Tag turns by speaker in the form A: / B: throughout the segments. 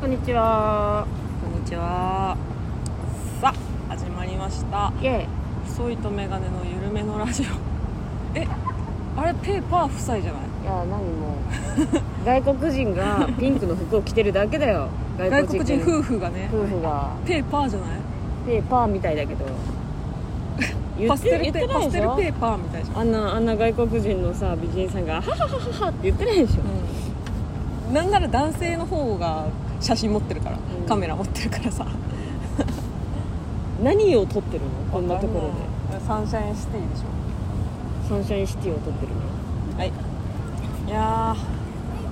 A: こんにちは。
B: こんにちは。さあ、始まりました。
A: イエ
B: ソイとメガネのゆるめのラジオ。え、あれペーパー夫妻じゃない？
A: イ。いや、何 もう外国人がピンクの服を着てるだけだよ。
B: 外国人夫婦がね、
A: 夫婦が
B: ペーパーじゃない？
A: ペーパーみたいだけど。言
B: パ
A: っ
B: ス
A: て
B: テ
A: 言
B: ル
A: っ
B: ペ
A: て
B: ーパ
A: ない
B: ス
A: でし
B: テル
A: ょ
B: ペ。ーパーみたいじゃん。
A: あんなあんな外国人のさ美人さんがハハハハハって言ってないでしょ。
B: うんなんなら男性の方が写真持ってるから、
A: ん
B: カメラ持ってるからさ。
A: 何を撮ってるの？こんなところ
B: で。サンシャインシティでしょ。
A: でサンシャインシティを撮ってるの。
B: はい。いや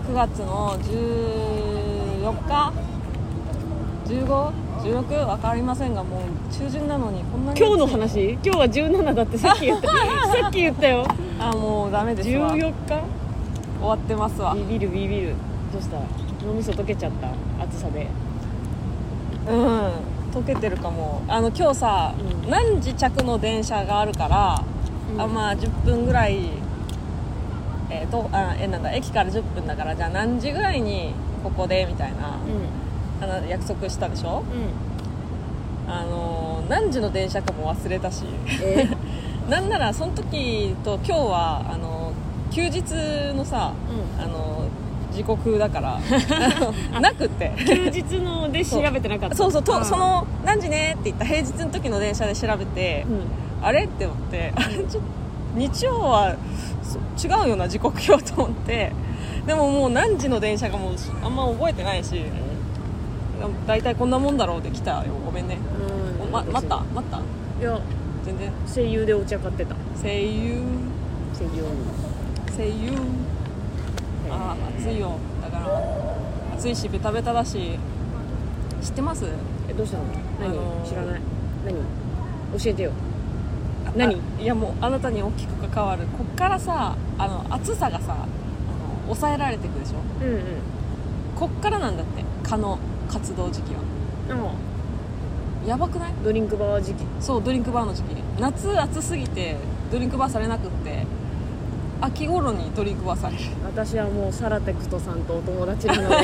B: ー、9月の14日。15?16? わかりませんがもう中旬なのにこんなに
A: 今日の話？今日は17だってさっき言 った。さっき言ったよ。
B: あもうダメですわ終
A: 14日？
B: わってますわ
A: ビビるビビる。どうした？脳みそ溶けちゃった暑さで。
B: うん溶けてるかもあの今日さ、
A: うん
B: 何時着の電車があるから、
A: うん
B: あまあ10分ぐらいえー、とあえなんだ駅から10分だからじゃあ何時ぐらいにここでみたいな、
A: う
B: あの約束したでしょ
A: んうん。
B: あのー何時の電車かも忘れたし
A: え
B: なんならその時と今日はあの休日のさ、
A: う
B: あの時刻だから なくって
A: 休日ので調べてなかった
B: そうそう
A: あー
B: とその何時ねって言った平日の時の電車で調べて、
A: うん
B: あれって思って あれちょ日曜はそ違うような時刻表と思ってでももう何時の電車かもうあんま覚えてないし大体こんなもんだろうで来たよごめんね、おま待った待った
A: いや
B: 全然
A: 声優でお茶買ってた
B: 声優
A: 声優
B: 声優あー暑いよだから暑いしベタベタだし知ってます
A: えどうしたの何、
B: あのー
A: 知らない何教えてよ何
B: あいやもうあなたに大きく関わるこっからさあの暑さがさあの抑えられていくでしょ
A: うんうん
B: こっからなんだって蚊の活動時期は
A: あ
B: やばくない
A: ドリンクバー時期
B: そうドリンクバーの時期夏暑すぎてドリンクバーされなくって秋頃にドリンクバーされる
A: 私はもうサラテクトさんとお友達な ので、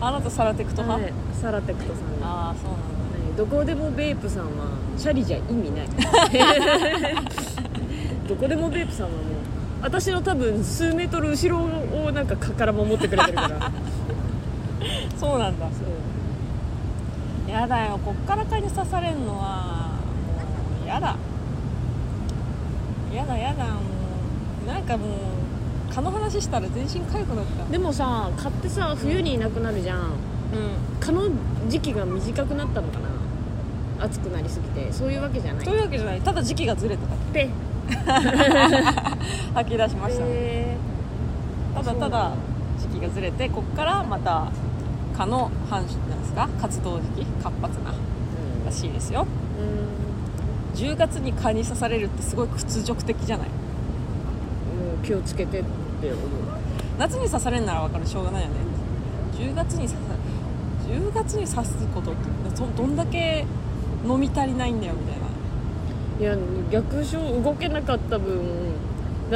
B: あなたサラテクト派、
A: はいサラテクトさんは
B: ああそうなん
A: いどこでもベープさんはシャリじゃ意味ない どこでもベープさんはもう私の多分数メートル後ろをなんか蚊から守ってくれてるから
B: だそうなんだ
A: そう
B: やだよこっから蚊に刺されるのはもうやだやだやだもうなんかもう蚊の話したら全身痒くなった
A: でもさ買ってさ冬にいなくなるじゃん
B: うん
A: 蚊の時期が短くなったのかな暑くなりすぎてそういうわけじゃない
B: というわけじゃないただ時期がずれただ
A: ペ
B: け吐き出しました、
A: へ
B: ただただ時期がずれてこっからまた蚊の繁殖なんですか活動時期活発ならしいですよ
A: ーうん
B: 10月に蚊に刺されるってすごい屈辱的じゃない
A: もう気をつけてって思う
B: 夏に刺されるならわかるしょうがないよね10月に刺さ10月に刺すことってどどんだけ飲み足りないんだよみたいない
A: や逆症動けなかった分だか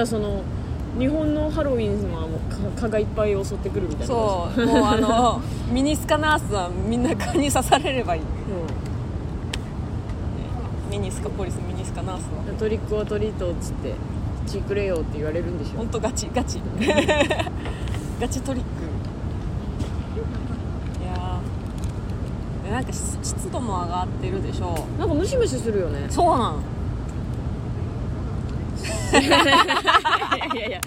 A: らその日本のハロウィンはもう蚊蚊がいっぱい襲ってくるみたいな
B: そうもうあの ミニスカナースはみんな蚊に刺されればいい、ね、
A: う
B: ミニスカポリスミニスカナースは
A: ん、トリックオアトリートっつって血くれよって言われるんでしょ
B: 本当ガチガチ ガチトリックいやーでなんか湿湿度も上がってるでしょ
A: なんかムシムシするよね
B: そうなん
A: いやいやいや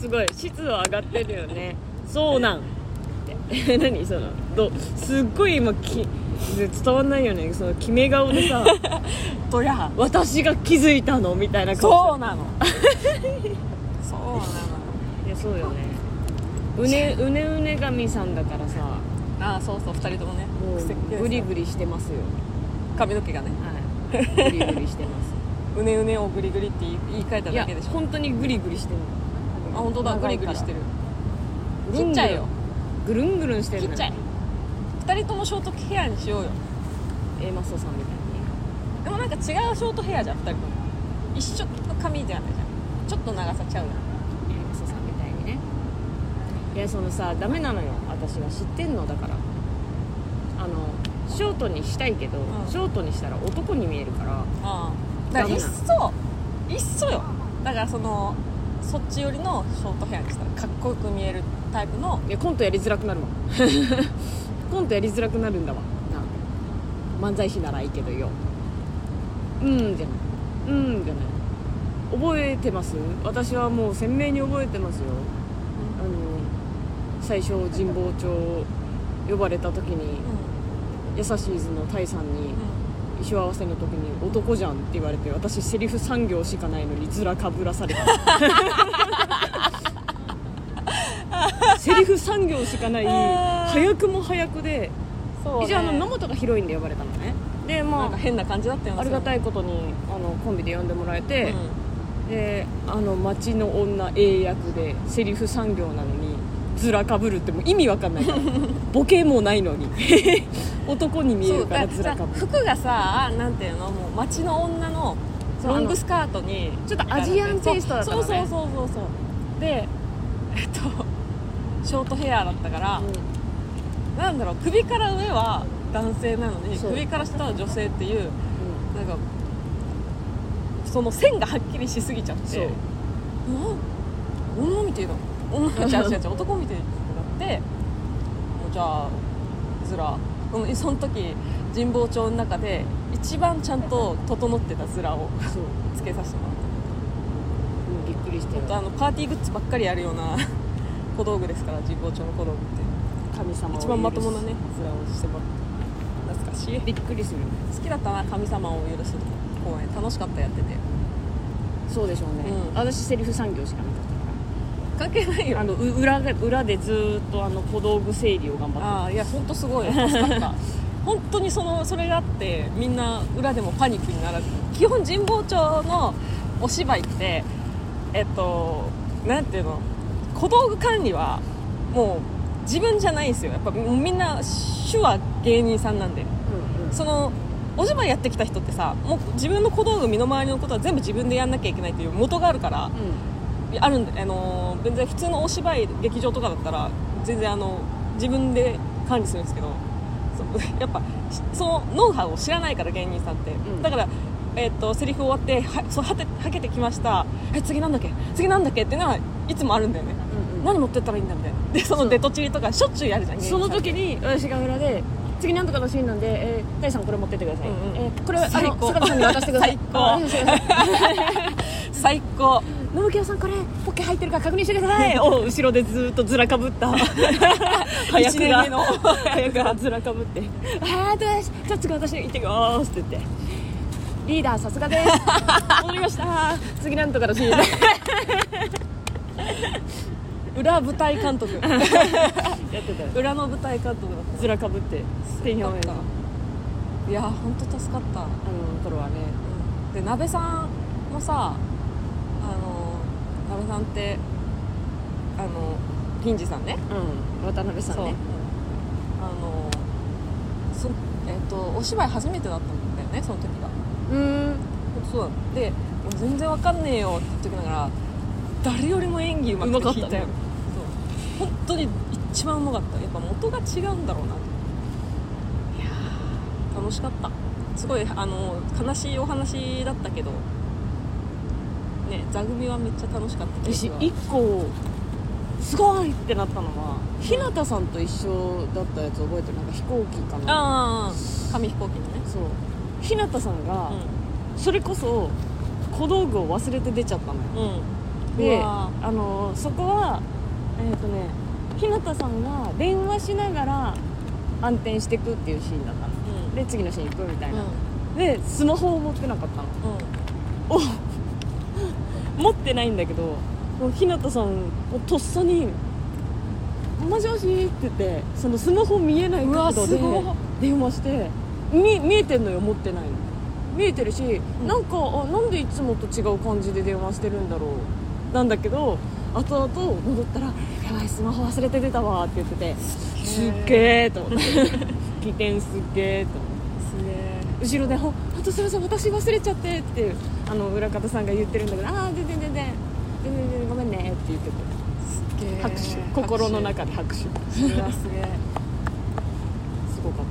A: すごい湿度上がってるよねそうなんって何そのどすっごい今き伝わんないよねその決め顔で さ
B: どりゃ
A: 私が気づいたのみたいな
B: そ
A: 顔
B: うなのそうな
A: ういやそうよねうねうねうね神さんだからさも
B: のああそうそう2人ともねくせっ毛
A: うグリ
B: です
A: グリしてますよ
B: 髪の毛がね
A: はいグリグリしてま
B: うねうねをグリグリって言い言い換え
A: す
B: た
A: い
B: だ
A: や
B: けでしょ
A: 本当にグリグリしてる
B: あ本当だグリグリしてる
A: ぐるんぐるん
B: ちっちゃいよ
A: ぐるんぐるんしてる
B: ち
A: のよ
B: っちゃい2人ともショートヘアにしようよ
A: A マストさんみたいに
B: でもなんか違うショートヘアじゃん2人とも一緒の髪じゃないじゃんちょっと長さちゃうよ
A: えークソさんみたいにねいやそのさダメなのよ私は知ってんのだからあのショートにしたいけど、
B: うん
A: ショートにしたら男に見えるから
B: ああだからいっそいっそよだからそのそっち寄りのショートヘアにしたらかっこよく見えるタイプの
A: いやコントやりづらくなるわ コントやりづらくなるんだわなあ漫才師ならいいけどようんじゃないうんじゃない覚えてます私はもう鮮明に覚えてますよあの最初神保町呼ばれた時に優しい図のタイさんに衣装合わせの時に「男じゃん」って言われて私セリフ3行しかないのに面かぶらされ たセリフ3行しかない
B: あー
A: 早くも早くで
B: そう、ね、
A: 一応あの野本がヒロインで呼ばれたのねで
B: なん
A: ま
B: か変な感じだったよ
A: あ
B: ね
A: ありがた
B: い、
A: いことにあのコンビで呼んでもらえ
B: う
A: て、
B: ん
A: であの町の女英訳でセリフ3行なのに面かぶるってもう意味わかんない からボケもないのに 男に見え
B: そ
A: る
B: う
A: から
B: だ
A: 面
B: から
A: かぶる
B: 服がさなんていうのもう街の女の
A: そう
B: ロングスカートに
A: ちょっとアジアンテイストだったのね
B: そうそうそうそうそうでえっとショートヘアだったから、なんだろう首から上は男性なのに
A: そう
B: 首から下は女性ってい
A: うん
B: うなんかその線がはっきりしすぎちゃって
A: そう
B: うん女みてえだ女じゃ違う 違う男みてえだってもうじゃあずらうんその時神保町の中で一番ちゃんと整ってたずらを
A: そう
B: つけさせてもらっ
A: うんびっくりして
B: たあとあのパーティーグッズばっかりやるような小道具ですから神保町の小道具って
A: 神様を
B: 一番まともな
A: 許
B: ねずらをしてもらった懐かしい
A: すびっくりする
B: 好きだったな神様を許す公演楽しかったやってて
A: そうでしょうね、
B: うん
A: 私セリフ産業しかなかったか
B: 関係ないよ
A: らあのう裏が裏でずーっとあの小道具整理を頑張って
B: ああいや本当すごい助かった本当にそのそれがあってみんな裏でもパニックにならず基本神保町のお芝居ってえっとなんていうの小道具管理はもう自分じゃないんですよやっぱみんな手話芸人さんなんでそのお芝居やってきた人ってさもう自分の小道具身の回りのことは全部自分でやんなきゃいけないっていう元があるから
A: うんうん
B: あるんだあのー全然普通のお芝居劇場とかだったら全然あの自分で管理するんですけどそ やっぱしそのノウハウを知らないから芸人さんって、
A: ん
B: だから、えっとセリフ終わってはそうはてはけてきましたえ次なんだっけ次なんだっけっていうのはいつもあるんだよね、
A: うんうん
B: 何持ってったらいいんだみたいなでそ
A: そう
B: のデトチリとかしょっちゅうやるじゃん
A: その時
B: に
A: に私が裏で次なんとかのシーンなんで、えー、大さんこれ持ってってください、
B: うんうん
A: えーこれはあ
B: 最
A: の
B: 高
A: 坂田さんに渡してください
B: 最高
A: あうんすいません
B: 最高
A: 信清さんこれポッケ入ってるから確認してくださいお後ろでずーっとずらかぶった 早
B: 1
A: く
B: 年
A: が
B: 目の
A: 早くはずらかぶって「ああどうですじゃあ次私行ってきます」って言って「リーダーさすがです」「戻りました次なんとかのシーンで
B: 裏舞台 監督
A: やってたよ
B: 裏の舞台監督だった
A: ずらかぶっててんやわんやのあ
B: いや本当助かった
A: の頃はね
B: で鍋さんもさあの鍋さんってあの銀次さんね
A: うん渡辺さんね
B: そうあのそえっ、とお芝居初めてだったんだよねその時が
A: うーん
B: そうだでもう全然わかんねえよって言っときながら誰よりも演技うまくて弾いたよ
A: う
B: そう本当に一番うまかったやっぱ元が違うんだろうなといやー楽しかったすごいあの悲しいお話だったけどね座組はめっちゃ楽しかった記
A: 私
B: 憶は
A: 一個すごいってなったのは日向さんと一緒だったやつ覚えてるなんか飛行機かな
B: ああ紙飛行機のね
A: そう日向さんが、
B: う
A: それこそ小道具を忘れて出ちゃったのよ
B: んうん
A: で
B: う
A: あ
B: わ
A: のそこはえっ、とね日向さんが電話しながら暗転してくっていうシーンだったの
B: ーうん
A: で次のシーン行くみたいな、
B: う
A: でスマホを持ってなかったの
B: んうん
A: お持ってないんだけどもう日向さんをとっさに「もしもし」って言ってそのスマホ見えないう
B: わ
A: 角度です
B: ごっ
A: 電話して見見えてんのよ持ってないの見えてるし、
B: ん
A: なんかあなんでいつもと違う感じで電話してるんだろうなんだけど後々戻ったら「やばいスマホ忘れて出たわ」って言ってて「すっげえ」と思って「起点すっげえ」と思って。
B: すげえ
A: 後ろで「ほほんとすいません私忘れちゃって」っていうあの裏方さんが言ってるんだけど「ああ全然全然全然全然ごめんね」って言ってて
B: すっげえ
A: 拍手心の中で拍手す
B: それはすげえいや
A: ごかった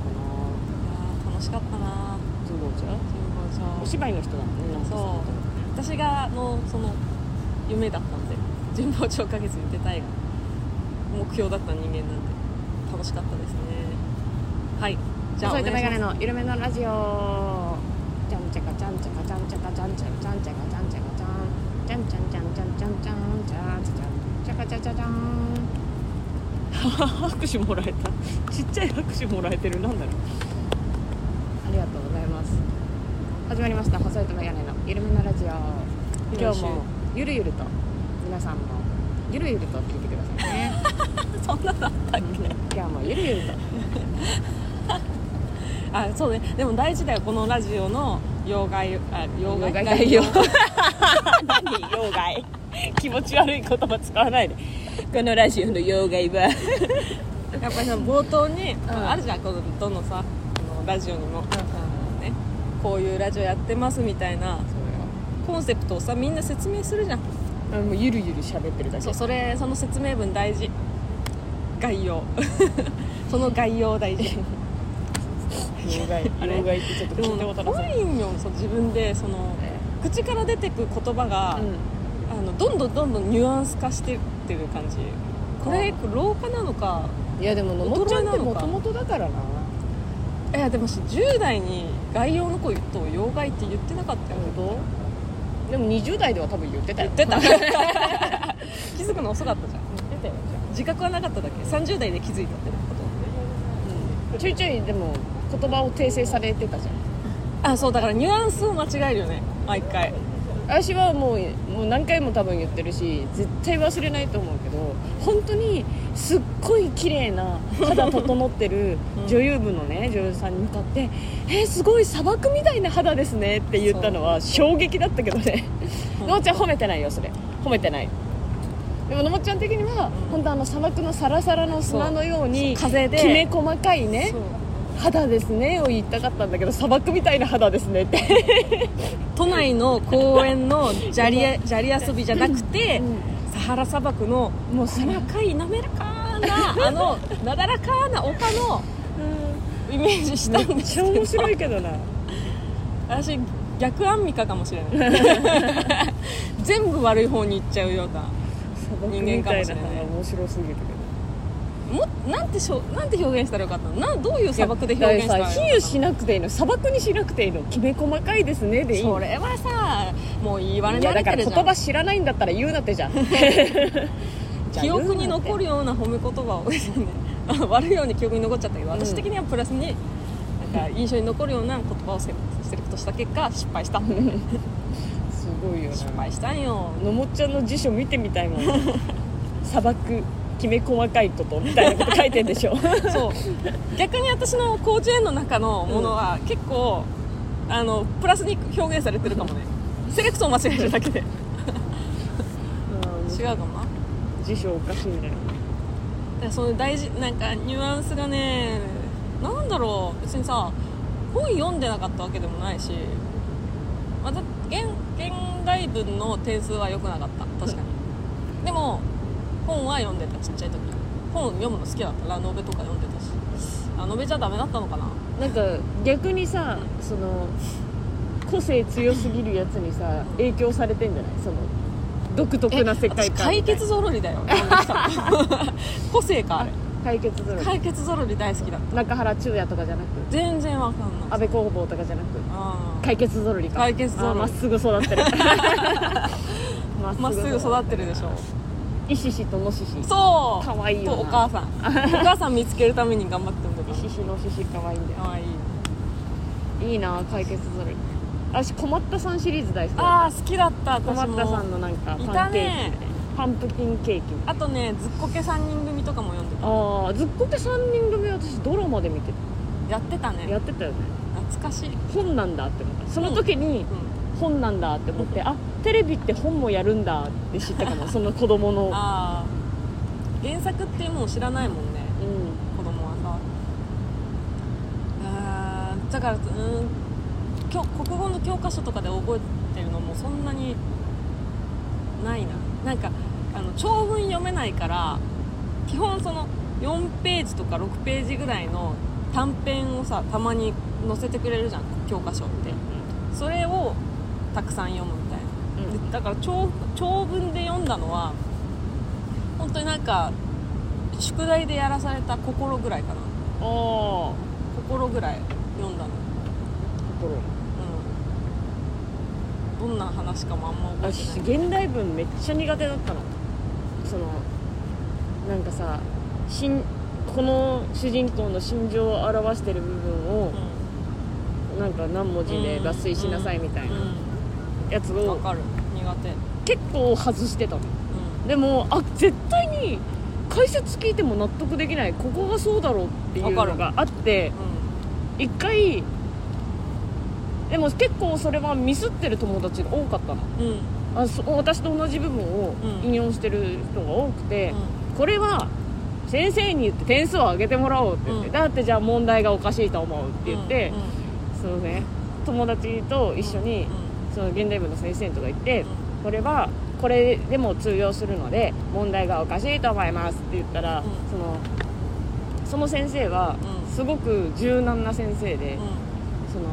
A: な
B: ー楽しかったな
A: ズボちゃん
B: 神保
A: お
B: 町
A: 芝居の人だもんねなんか
B: そう私があのその夢だったんで神保町花月に出たいが目標だった人間なんで楽しかったですねはいじゃあお
A: 細
B: 願い
A: く
B: しま
A: メガネ
B: す
A: の緩めのラジオちゃんちゃかちゃんちゃかちゃんちゃかちゃんちゃかちゃんちゃかちゃんちゃかちゃんちゃんちゃんちゃんちゃんちゃんちゃんちゃかちゃちゃちゃん拍手もらえたちっちゃい拍手もらえてるなんだろうありがとうございます始まりました細いとメガネの緩めのラジオ今日もゆるゆると皆さんもゆるゆると聞いてくださいね
B: そんなのあったっ
A: 今日もゆるゆると
B: けあそうねでも大事だよこのラジオの要害あ要害
A: 概
B: 概
A: 要
B: 要
A: 何妖怪気持ち悪い言葉使わないでこのラジオの妖怪は
B: やっぱりさ冒頭に、
A: ん
B: あるじゃんこのどのさあのラジオにも、ね、こういうラジオやってますみたいなコンセプトをさみんな説明するじゃん
A: あもうゆるゆる喋ってるだけ
B: そうそれその説明文大事概要 その概要大 事
A: 妖怪 妖怪ってちょっと
B: で
A: 聞いた
B: も
A: ことな
B: 怖
A: さい
B: いんよそう自分でその口から出てく言葉が、あのどんどんどんどんニュアンス化してってる感じこれ老化なのか
A: いやでものもちゃんってもともとだからない
B: やでもし10代に概要のことを「妖怪」って言ってなかったよ
A: 本当でも20代では多分言ってた
B: 言
A: よ
B: ってた 気づくの遅かったじゃん
A: 言ってたよ
B: 自覚はなかっただけ30代で気づいたって
A: ちょいちょいでも言葉を訂正されてたじゃん
B: あそうだからニュアンスを間違えるよね毎回
A: 私はもうもう何回も多分言ってるし絶対忘れないと思うけど本当にすっごい綺麗な肌整ってる
B: うん
A: 女優部のね女優さんに向かって「えーすごい砂漠みたいな肌ですね」って言ったのは衝撃だったけどね
B: うん
A: のもちゃん褒めてないよそれ褒めてないでものもちゃん的には本当あの砂漠のサラサラの砂のように
B: そう風で
A: きめ細かいね
B: そう
A: 肌ですねを言いたかったんだけど砂漠みたいな肌ですねって
B: 都内の公園の 砂利や砂利遊びじゃなくて、
A: う
B: サハラ砂漠の
A: もう砂
B: 細
A: 漠
B: かい滑らかなあのなだらかな丘のイメージしたん
A: め
B: で
A: っ
B: す
A: ちゃ面白いけどな
B: 私逆アンミカかもしれない 全部悪い方に行っちゃうような
A: 人間かもしれない面白すぎる
B: もなんてしょなんて表現したらよかったのなどういう
A: け
B: 砂
A: ど
B: 漠で表現したら
A: だ
B: よ
A: か
B: か
A: さ比
B: らった
A: 喩しなくていいの砂漠にしなくていいのきめ細かいですねでいい
B: そ
A: の
B: れはさもう言われ
A: いや
B: 慣
A: だ
B: れ
A: か
B: て
A: ら
B: る
A: 言
B: じゃん
A: 葉知らないんだったら言うなって じゃん
B: 記憶に残るような褒め言葉をね悪いように記憶に残っちゃったけど私的にはプラスになんか印象に残るような言葉をセセレクトした結果失敗した失
A: すごいよな
B: 敗したんよ
A: のもっちゃんの辞書見てみたい もん砂漠きめ細かいことみたいなこと書いてんでしょ
B: そう逆に私の広辞苑の中のものは結構、あのプラスに表現されてるかもねセレクトを間違えるだけで違うかもなだか
A: 辞書おかしいんだよ
B: らその大事なんかニュアンスがねなんだろう別にさ本読んでなかったわけでもないしまた現現代文の点数は良くなかった確かにでも本は読んでたちっちゃい時本読むの好きだったラノベとか読んでたしラノベじゃダメだったのかな
A: なんか逆にさその個性強すぎるやつにさ影響されてんじゃないその独特な世界
B: え私
A: 観
B: 解決ぞろりだよ 個性かあれ
A: 解決ぞろい
B: 解決ぞろり大好きだ
A: 中原中也とかじゃなく
B: 全然わかんない
A: 安倍工房とかじゃなく
B: あ
A: 解決ぞろりか
B: 解決ぞろり
A: あーまっすぐ育 ってるま
B: ーまっすぐ育
A: っ
B: ってるでしょ
A: イシシとノシシ
B: そう
A: かわいいよな
B: とお母さん お母さん見つけるために頑張ってんだか
A: イシシノシシかわいいんだ
B: ら
A: よ
B: かわいい
A: いいな解決ぞろり私困ったさんシリーズ大好き
B: ああ好きだった私
A: 困
B: も
A: ったさんのなんか
B: い
A: パ
B: た
A: ンケーキ、
B: ね
A: パンプキンケーキ
B: あとねずっこけ3人組とかも読んでた
A: ああずっこけ3人組私ドラマで見て
B: やってた
A: や
B: ね
A: ってたよね
B: 懐かしい、うん、
A: 本なんだって思ったその時に本なんだって思って、あテレビって本もやるんだって知ったかもその子供の
B: ああ原作ってもう知らないもんね
A: う
B: 子供はさあーだからうん教国語の教科書とかで覚えてるのもそんなにないななんかああの長文読めないから基本その4ページとか6ページぐらいの短編をさたまに載せてくれるじゃん教科書ってそれをたくさん読むみたいなでだから長長文で読んだのは本当になんか宿題でやらされた心ぐらいかな
A: ああ
B: 心ぐらい読んだの、
A: 心
B: うん、どんな話かもあんま覚え
A: 私
B: てない
A: 現代文めっちゃ苦手だったのそのなんかさしんこの主人公の心情を表してる部分をなんか何文字で抜粋しなさいみたいなやつ
B: うんうんわ
A: を
B: かる苦手、
A: 結構外してたのでもあ絶対に解説聞いても納得できないここがそうだろうっていうの
B: わかる
A: があって一回でも結構それはミスってる友達が多かったの
B: うんうんうん
A: あそ私と同じ部分を
B: うん
A: 引用してる人が多くて、
B: う
A: これは先生に言って点数を上げてもらおうって言って、
B: うん
A: だってじゃあ問題がおかしいと思うって言って
B: うん、
A: そのね友達と一緒に
B: うん
A: その現代文の先生のとか行って、
B: うん
A: これはこれでも通用するので問題がおかしいと思いますって言ったら、
B: ん
A: そのその先生は
B: うん
A: すごく柔軟な先生で、その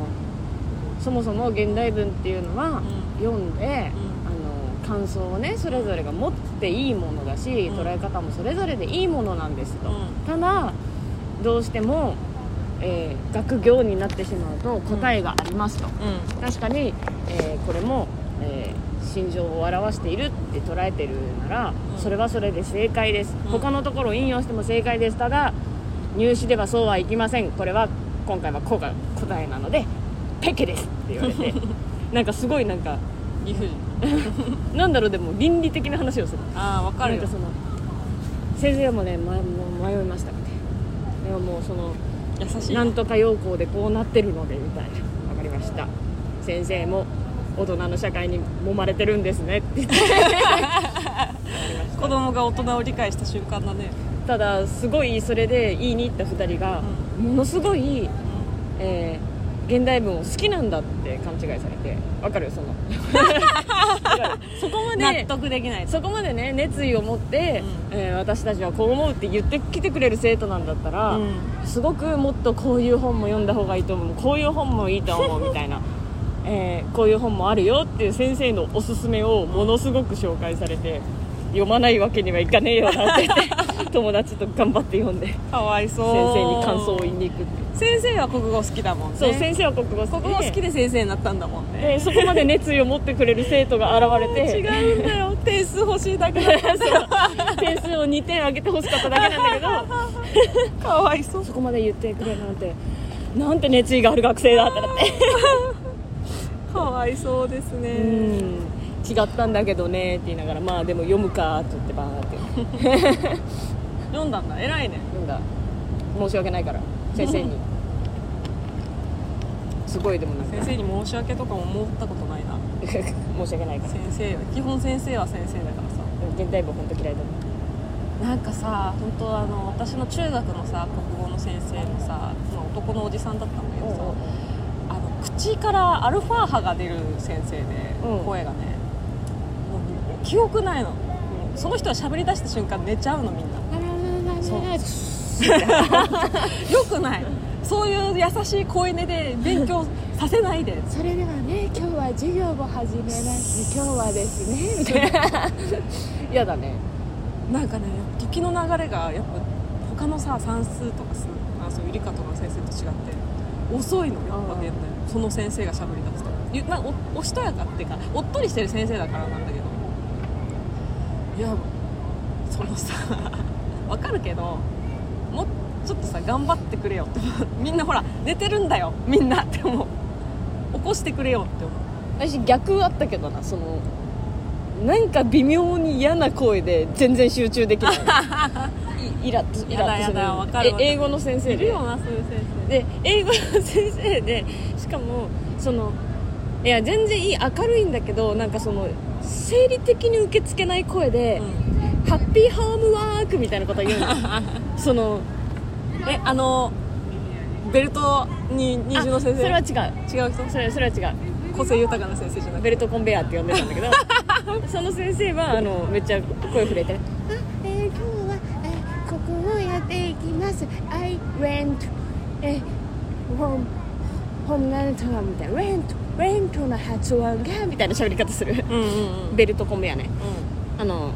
A: そもそも現代文っていうのは
B: うん
A: 読んで、あの感想をねそれぞれが持っていいものだし、
B: うん
A: 捉え方もそれぞれでいいものなんですと、
B: うん
A: ただどうしても、えー学業になってしまうと答えがありますと、
B: うんうん
A: 確かに、えーこれも、えー心情を表しているって捉えてるなら、
B: うん
A: それはそれで正解です、
B: うん
A: 他のところを引用しても正解ですただ入試ではそうはいきませんこれは今回はこうが答えなのでペケですって言われ てなんかすごいなんか
B: 理不尽
A: なんだろうでも倫理的な話をする
B: ああわかるよ
A: なんかその先生もね、ま、もう迷いましたみたいなでももうその
B: 優しい
A: なんとか要項でこうなってるのでみたいな分かりました先生も大人の社会に揉まれてるんですね って言って
B: 子供が大人を理解した瞬間だね
A: ただすごいそれで言いに行った2人が、ものすごい、えー現代文を好きなんだって勘違いされて分かる そのわかるそこまで
B: 納得できない
A: そこまでね熱意を持って、えー私たちはこう思うって言ってきてくれる生徒なんだったら、
B: うん
A: すごくもっとこういう本も読んだ方がいいと思うこういう本もいいと思うみた いな、えーこういう本もあるよっていう先生のおすすめをものすごく紹介されて読まないわけにはいかねえよなって言 って友達と頑張って読んで先
B: かわいそう
A: 生に感想を言いに行くっていう
B: 先生は国語好きだもんね
A: そう、先生は国語好きで
B: 国語好きで先生になったんだもんね
A: でそこまで熱意を持ってくれる生徒が現れ て
B: 違うんだ よ点数欲しいだけだ
A: 点数を2点上げてほしかっただけなんだけど
B: かわいそう
A: そこまで言ってくれるなんてなんて熱意がある学生だってなって
B: かわいそうです
A: う
B: ね
A: ん違ったんだけどねって言いながらまあでも読むかって言ってバーって
B: 読んだんだ偉いね
A: 読んだ申し訳ないから先生にすごいでもなんか
B: 先生に申し訳とかも思ったことないな
A: 申し訳ないから
B: 先生は基本先生は先生だからさ
A: 現代文本当嫌いだっ
B: なんかさ本当あの私の中学のさ国語の先生のさ、まあ、男のおじさんだったんだけ
A: た
B: どさあの口からアルファ波が出る先生で、
A: うん
B: 声がねもう記憶ないのもうその人は喋り出した瞬間寝ちゃうのみんなよくないそういう優しい声音で勉強させないで
A: それではね今日は授業を始めない 今日はですねみたいな 嫌だね
B: なんかね時の流れがやっぱ他のさ算数とか数あそう理科とかの先生と違って遅いのやっぱ現代その先生が喋り出すとゆなおおしとやかっていうかおっとりしてる先生だからなんだけどいやそのさわかるけどもうちょっとさ頑張ってくれよってみんなほら寝てるんだよみんなって思う起こしてくれよって思う
A: 私逆あったけどなそのなんか微妙に嫌な声で全然集中でき ないいイラッとイ
B: やだ
A: ラッとす
B: や
A: る
B: だわかるわかる
A: え英語の先生
B: いる
A: で
B: よなそういう先生
A: で英語の先生でしかもそのいや全然いい明るいんだけどなんかその生理的に受け付けない声で、
B: うん
A: ハッピーハームワークみたいなこと言う のその
B: えあのベルトに二重の先生
A: あそれは違う
B: 違う人
A: それそれは違う
B: 個性豊かな先生じゃなくて
A: ベルトコンベヤーって呼んでたんだけど その先生はあのめっちゃ声触れて
C: あえー、今日は、えー、ここをやっていきます。I went、えー、from from なんとかみたいな went went の発音がみ
A: み
C: た
A: た
C: い
A: い
C: な。
A: な喋り方する
B: うんうんうん
A: ベルトコンベヤーね
B: う
A: あの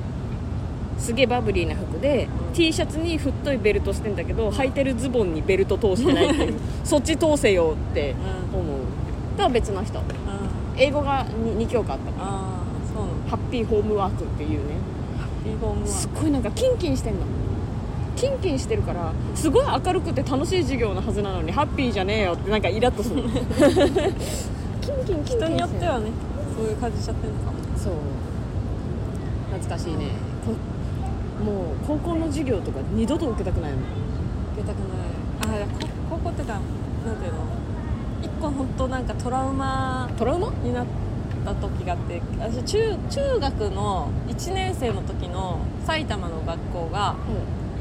A: すげえバブリーな服で、
B: うん
A: T シャツに太いベルトしてんだけど履いてるズボンにベルト通してないっていうそっち通せよって思う、とは別の人
B: んうん
A: 英語が 2, 教科あったか
B: ああそうなの
A: らハッピーホームワークっていうね
B: リフォーム
A: すっごいなんかキンキンしてんのキンキンしてるからすごい明るくて楽しい授業のはずなのにハッピーじゃねえよってなんかイラッとするキンキンキンキン
B: 人によって
A: は
B: はねそういう感じしちゃってるのかも
A: そう懐かしいねこもう高校の授業とか二度と受けたくないもん
B: 受けたくないあいやこ高校ってかなんていうの一個本当なんかトラウマ
A: トラウマ
B: になった時があって私中中学の1年生の時の埼玉の学校が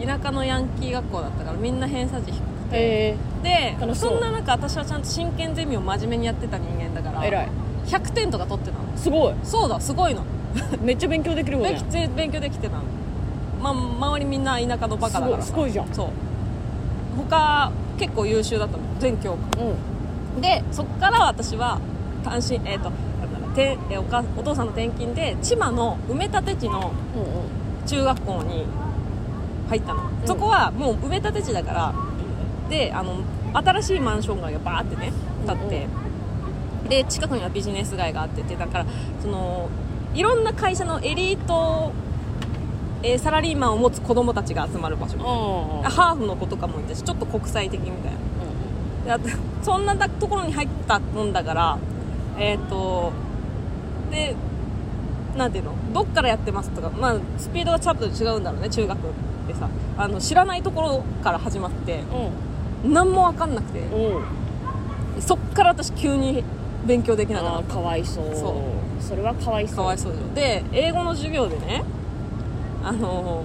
B: 田舎のヤンキー学校だったからみんな偏差値低く
A: え
B: て
A: 楽
B: そ
A: しそうん
B: な中私はちゃんと真剣ゼミを真面目にやってた人間だから
A: ー、偉い
B: 100点とか取ってたの
A: すごい
B: そうだすごいの
A: めっちゃ勉強できるもん
B: で
A: ね
B: き勉強できてたの、まあ、周りみんな田舎のバカだからさ
A: すごいすごいじゃん
B: そう他結構優秀だったの全教科
A: うん
B: でそこから私は単身えっ、となんだてえおかお父さんの転勤で千葉の埋め立て地の
A: うんうん
B: 中学校に入ったの、
A: うん
B: そこはもう埋め立て地だからであの新しいマンション街がバーってね建って、で近くにはビジネス街があっててだからそのいろんな会社のエリート、えーサラリーマンを持つ子供たちが集まる場所、
A: ああ
B: ハーフの子とかもいたしちょっと国際的みたいなであとそんなところに入ったもんだからえっ、とでなんていうのどっからやってますとか、まあ、スピードがちょっと違うんだろうね中学ってさあの知らないところから始まって何も分かんなくて
A: うんうん
B: そっから私急に勉強できなくな
A: あ
B: っ
A: あかわいそう
B: そ
A: それはかわいそ
B: た
A: う
B: かわいそうでしょで英語の授業でねあの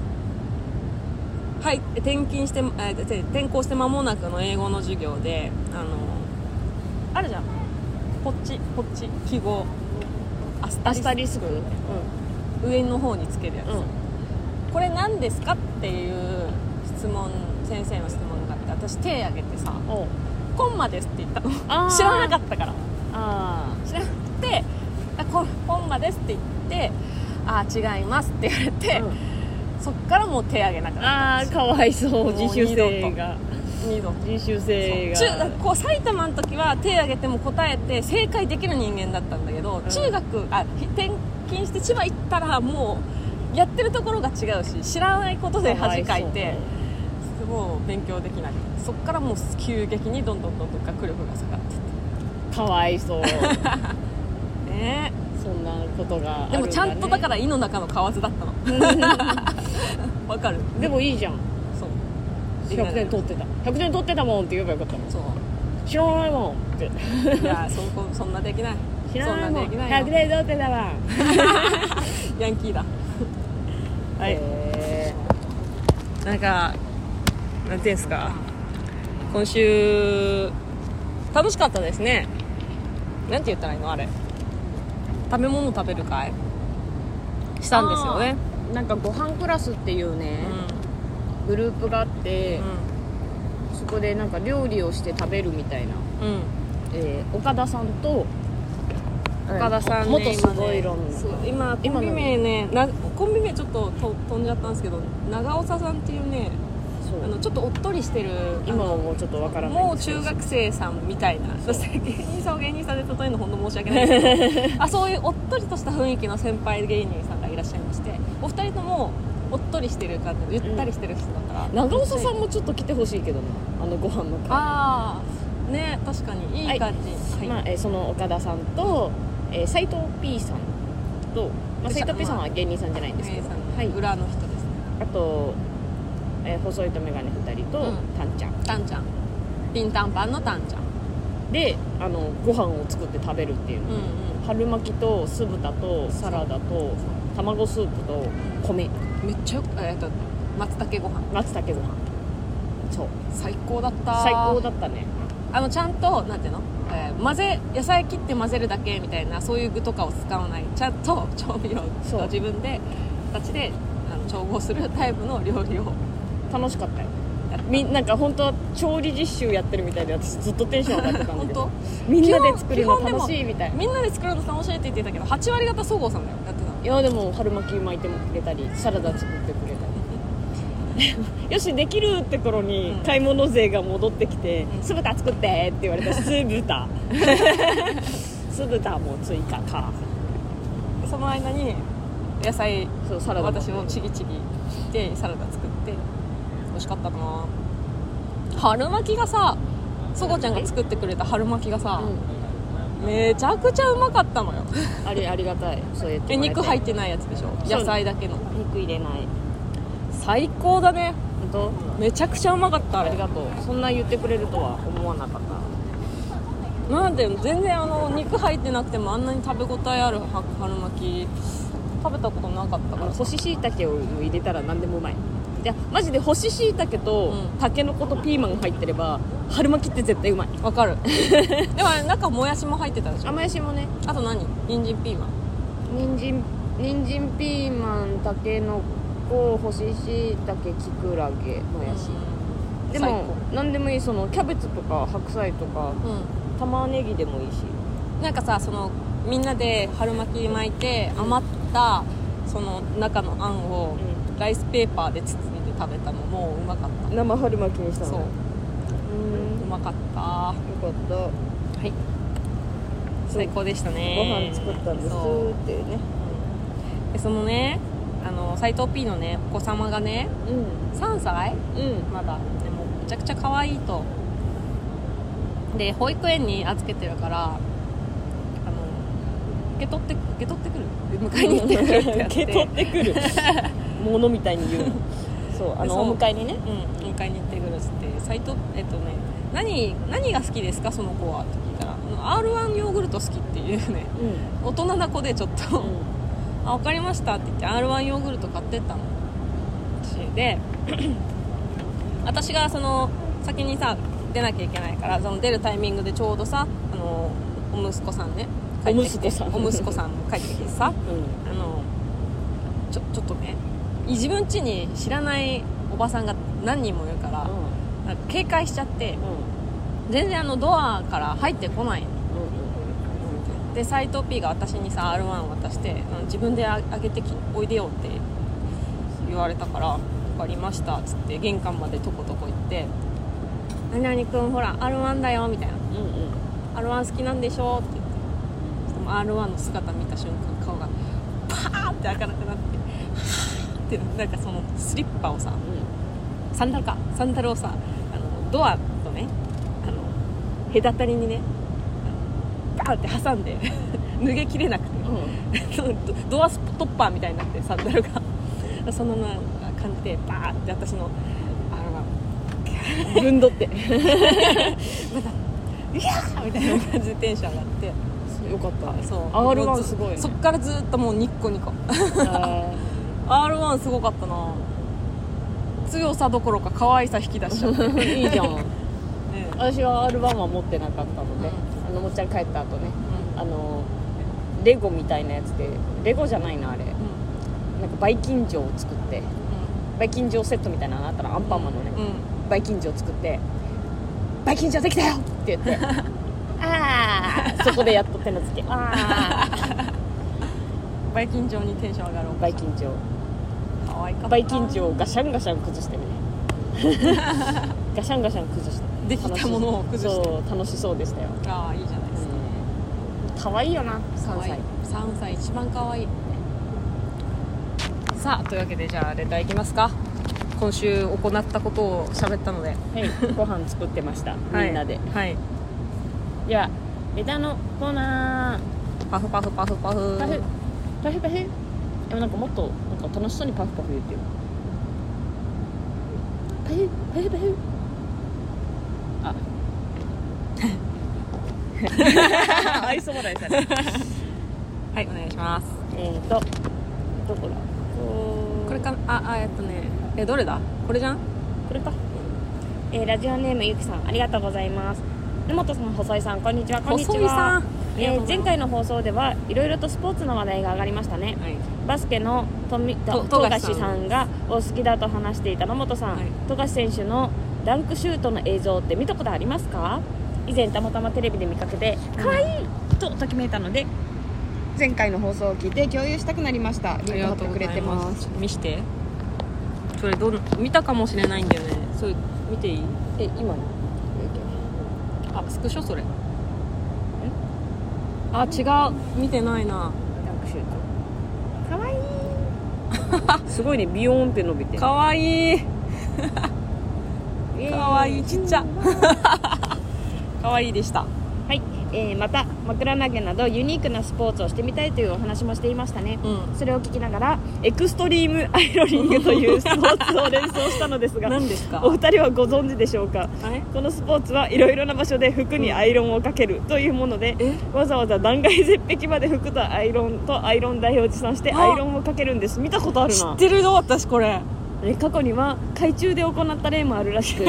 B: はい転勤してえーて転校して間もなくの英語の授業であのあるじゃんこっちこっち記号アス
A: アスタリスク
B: 上の方につけるやつ、
A: うん
B: これ何ですかっていう質問先生の質問があって私手挙げてさ
A: おう
B: 「コンマです」って言ったの
A: あー
B: 知らなかったから
A: あ
B: 知らなくてあコ「コンマです」って言って「あー違います」って言われ
A: あ、
B: て、そっからもう手挙げなくな
A: あ
B: っ
A: あ
B: た
A: かわいそう
B: もう
A: 自習生が
B: 二度
A: 自習生が
B: 中学校埼玉の時は手挙げても答えて正解できる人間だったんだけど、
A: うん
B: 中学あひ転勤して千葉行ったらもうやってるところが違うし知らないことで恥かいてすごい勉強できなくてそっからもう急激にどんどんどんどん学力が下がってっ
A: かわいそう
B: てね
A: そんなことがあるんだ、ね、
B: でもちゃんとだから井の中の蛙だったの わかる
A: でもいいじゃん
B: そう
A: 100点取ってた100点取ってたもんって言えばよかったもん
B: そう
A: 知らないもんって
B: いやそこそんなできない
A: 知らない
B: そんな
A: もん
B: できない
A: 100
B: よ
A: 点取ってたわ
B: ヤンキーだはい
A: え
B: なんかなんていうんですか今週楽しかったですねなんて言ったらいいのあれ食べ物食べる会したんですよね
A: ーなんかご飯クラスっていうね
B: うん、
A: グループがあって、
B: う
A: そこでなんか料理をして食べるみたいな、
B: ん
A: えー岡田さんと
B: 岡田さんね
A: 元すごい論
B: そう今コンビ名ねなコンビ名ちょっとと飛んじゃったんですけど長尾さんっていうね
A: そう
B: あのちょっとおっとりしてる
A: 今はもうちょっとわからないん
B: もう
A: ですけど
B: 中学生さんみたいなそして芸人さんを芸人さんで例えるの本当申し訳ないです けどあそういうおっとりとした雰囲気の先輩芸人さんがいらっしゃいましてお二人ともおっとりしてる感じでゆったりしてる人だから、
A: 長尾さんもちょっと来てほしいけどなあのご飯の会
B: ああね確かにいい感じ、はい
A: まあえーその岡田さんと、えー、斉藤 P さんと、まあ、斉藤 P さんは芸人さんじゃないんですけ
B: 芸
A: ど
B: 人さんの
A: はい、
B: 裏の人ですね
A: あと、えー細いと眼鏡2人と、
B: うん
A: たんちゃん
B: タンちゃんピンタンパンのタンちゃん
A: であのご飯を作って食べるっていう
B: うん
A: 春巻きと酢豚とサラダと卵スープと米
B: うんめっちゃよくえっと松茸ご飯
A: 松茸ご飯そう
B: 最高だった
A: 最高だったね
B: あのちゃんとなんていうのえー混ぜ野菜切って混ぜるだけみたいなそういう具とかを使わないちゃんと 調味料
A: そう
B: を自分で形であの調合するタイプの料理を
A: 楽しかったよ
B: やった
A: みなんか本当は調理実習やってるみたいで私ずっとテンション上がってたんだ
B: 本
A: け
B: 当
A: どみんなで作るの楽しいみたい
B: みんなで作るの楽しいって言ってたけど8割方そごうさんだよやってたの
A: いやでも春巻き巻いてもくれたりサラダ作ってくれた りよしできるって頃に
B: うん
A: 買い物税が戻ってきて「
B: うん
A: 酢豚作って!」って言われたし酢 豚酢豚も追加か
B: その間に野菜
A: そうサラダも
B: 私もちぎちぎでサラダ作って美味しかったな春巻きがさそごちゃんが作ってくれた春巻きがさ、
A: う
B: めちゃくちゃうまかったのよ
A: ん、あれありがたいそうやって
B: え
A: もらえ
B: 肉入ってないやつでしょ
A: そう
B: 野菜だけの
A: 肉入れない
B: 最高だね
A: 本当
B: めちゃくちゃうまかったあ
A: あ
B: れ
A: りがとうそんな言ってくれるとは思わなかった
B: なんで全然あの肉入ってなくてもあんなに食べ応えあるは春巻き食べたことなかったから
A: 干し椎茸を入れたら何でもうまいいやマジで干し椎茸と
B: うん
A: たけのことピーマン入ってれば春巻きって絶対うまい
B: わ かるでもあれ中もやしも入ってたでしょ
A: 甘やしもね
B: あと何人参ピーマン
A: 人参人参ピーマンたけのこ干し椎茸きくらげもやしで
B: 最
A: も何でもいいそのキャベツとか白菜とか
B: 高うん
A: 玉ねぎでもいいし
B: なんかさそのみんなで春巻き巻いて余ったその中のあんをライスペーパーで包んで食べたのもううまかっ
A: 生春巻きにしたた
B: そう
A: のうん
B: うまかった
A: よかった
B: はい最高でした
A: ご
B: ね
A: 飯作ったんです
B: そ
A: っていうね
B: うでそのねあの斎藤 P のねお子様がね
A: う
B: 3歳
A: んうん
B: まだでもめちゃくちゃ可愛いとで保育園に預けてるからあの受け取って受け取ってくる迎えに行ってくるってやって
A: 受け取ってくるものみたいに言うのそうあ
B: で
A: の
B: そう
A: お迎えにね
B: うん、迎えに行ってくるっつって斎藤えっとね何何が好きですかその子はって聞いたらあの R1 ヨーグルト好きっていうね
A: うん
B: 大人な子でちょっと、あ分かりましたって言って r 1ヨーグルト買ってったの私で 私がその先にさ出なきゃいけないからその出るタイミングでちょうどさあのお息子さんね帰ってき
A: お
B: て
A: 息子さん
B: お息子さん帰ってきてさあのちょちょっとね自分家に知らないおばさんが何人もいるから、なんか警戒しちゃって全然あのドアから入ってこないので斎藤 P が私にさ R1 を渡してあの自分でああげてきおいでよって言われたから「分かりました」っつって玄関までとことこ行って「何々くんほら R1 だよ」みたいな「R1 好きなんでしょ」って言ってそしたらもう R1 の姿見た瞬間顔がパーって明るくなって「はーってなんかそのスリッパをさサンダルかサンダルをさあのドアとねあの隔たりにねあのバーンって挟んで脱げきれなくてそのドドアストッパーみたいになってサンダルがそのな感じでバーンって私のあの
A: ぶんどって
B: いやーみたいな感じでテンション上がって
A: よかった
B: そう
A: R1
B: もうず
A: すごいね
B: そっからずっともうニッコニコ
A: あ
B: R1 すごかったな強さどころか可愛さ引き出しちゃって、
A: ーいいじゃん
B: ね
A: 私は R1 は持ってなかったのであのもっちゃん帰った後ね
B: うん
A: あのレゴみたいなやつでレゴじゃないなあれ
B: うん
A: なんかバイキン城を作ってバイキン城セットみたいなのあったらアンパンマンのね
B: うんうん
A: バイキンジを作って「バイキンジョできたよ!」って言って 「ああ!」そこでやっと手のつけ「ああ!
B: バイキン城にテンション上がる」
A: バイキンジョ
B: 可愛かった
A: バイキンジョをガシャンガシャン崩してね ガシャンガシャン崩して
B: できたものを崩して
A: そう楽しそうでしたよ
B: ああいいじゃないですか
A: 可愛いよな
B: 可
A: 3
B: 愛い
A: 歳
B: 3歳一番可愛いさあというわけでじゃあレターいきますか今週行ったことを喋ったので
A: はいご飯作ってました
B: はい
A: みんなで
B: はい
A: ではレターのコーナ
B: パフパフパフパフ
A: ーパフパフパフでもなんかもっとなんか楽しそうにパフパフ言ってよパフパフパフ あ愛想笑いされ
B: はいお願いします
A: えーとどこだこ
B: これかああえっとねえどれだこれじゃん
A: これか、えーラジオネームゆきさんありがとうございます根本さん細井さんこんにちはこんにちは
B: 細井さんありが
A: え
B: とう
A: ー
B: ござ
A: 前
B: います
A: 回の放送ではいろいろとスポーツの話題が上がりましたね、
B: はい
A: バスケの富田
B: と
A: 富
B: 富樫さん
A: 樫さんがお好きだと話していた野本さん、
B: はい
A: 富樫選手のダンクシュートの映像って見たことありますか以前たまたまテレビで見かけてかわいいとときめいたので前回の放送を聞いて共有したくなりましたリンク貼ってくれてます
B: す見してそれどん見たかもしれないんだよねそれ見ていい
A: え今の
B: あスクショそれあ違う見てないな
A: ダンクシュートかわいい すごいねビヨーンって伸びて
B: かわいい
A: イエーイ
B: かわいいちっちゃかわいいでした
A: はい、えーまた枕投げなどユニークなスポーツをしてみたいというお話もしていましたね、
B: うん
A: それを聞きながらエクストリームアイロリングというスポーツを連想したのですが
B: 何ですか
A: お二人はご存知でしょうか
B: あれ
A: このスポーツはいろいろな場所で服にアイロンをかけるというもので、
B: え
A: わざわざ断崖絶壁まで服とアイロンとアイロン台を持参して
B: あ
A: アイロンをかけるんです見たことある
B: 知
A: な
B: ってるよ私これ
A: え過去には海中で行った例もあるら しく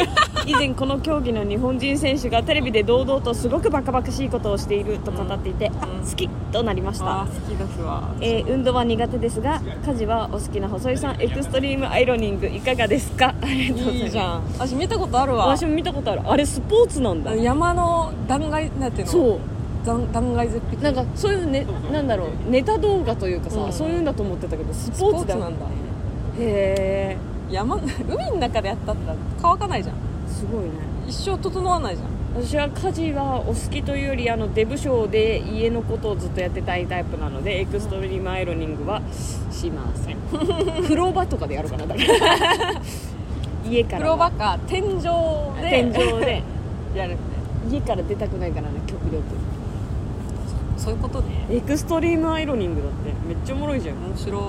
A: 以前この競技の日本人選手がテレビで堂々とすごくバカバカしいことをしていると語っていて、あ
B: うん
A: 好きとなりました
B: あ、好きですわ
A: えー運動は苦手ですが家事はお好きな細井さんエクストリームアイロニングいかがですか ありがとうございます
B: いいじゃん私見たことあるわ
A: 私も見たことあるあれスポーツなんだ
B: 山の断崖なんていうの
A: そう
B: 断断崖絶壁
A: なんかそういうねなんだろうネタ動画というかさ、
B: うん
A: そういうんだと思ってたけどス
B: ス
A: ポ
B: ポ
A: ーツ
B: ーツ
A: だ
B: なんだ
A: へえ
B: 山海の中でやったったら乾かないじゃん
A: すごいね
B: 一生整わないじゃん
A: 私は家事はお好きというよりあのデブ賞で家のことをずっとやってたいタイプなのでエクストリームアイロニングはしません 風呂場とかでやるかなだから 家から
B: 風呂場
A: は
B: か天井で
A: 天井で
B: やるんで
A: 家から出たくないからね極力
B: そういうことね
A: エクストリームアイロニングだってめっちゃおもろいじゃん、ね、
B: 面白い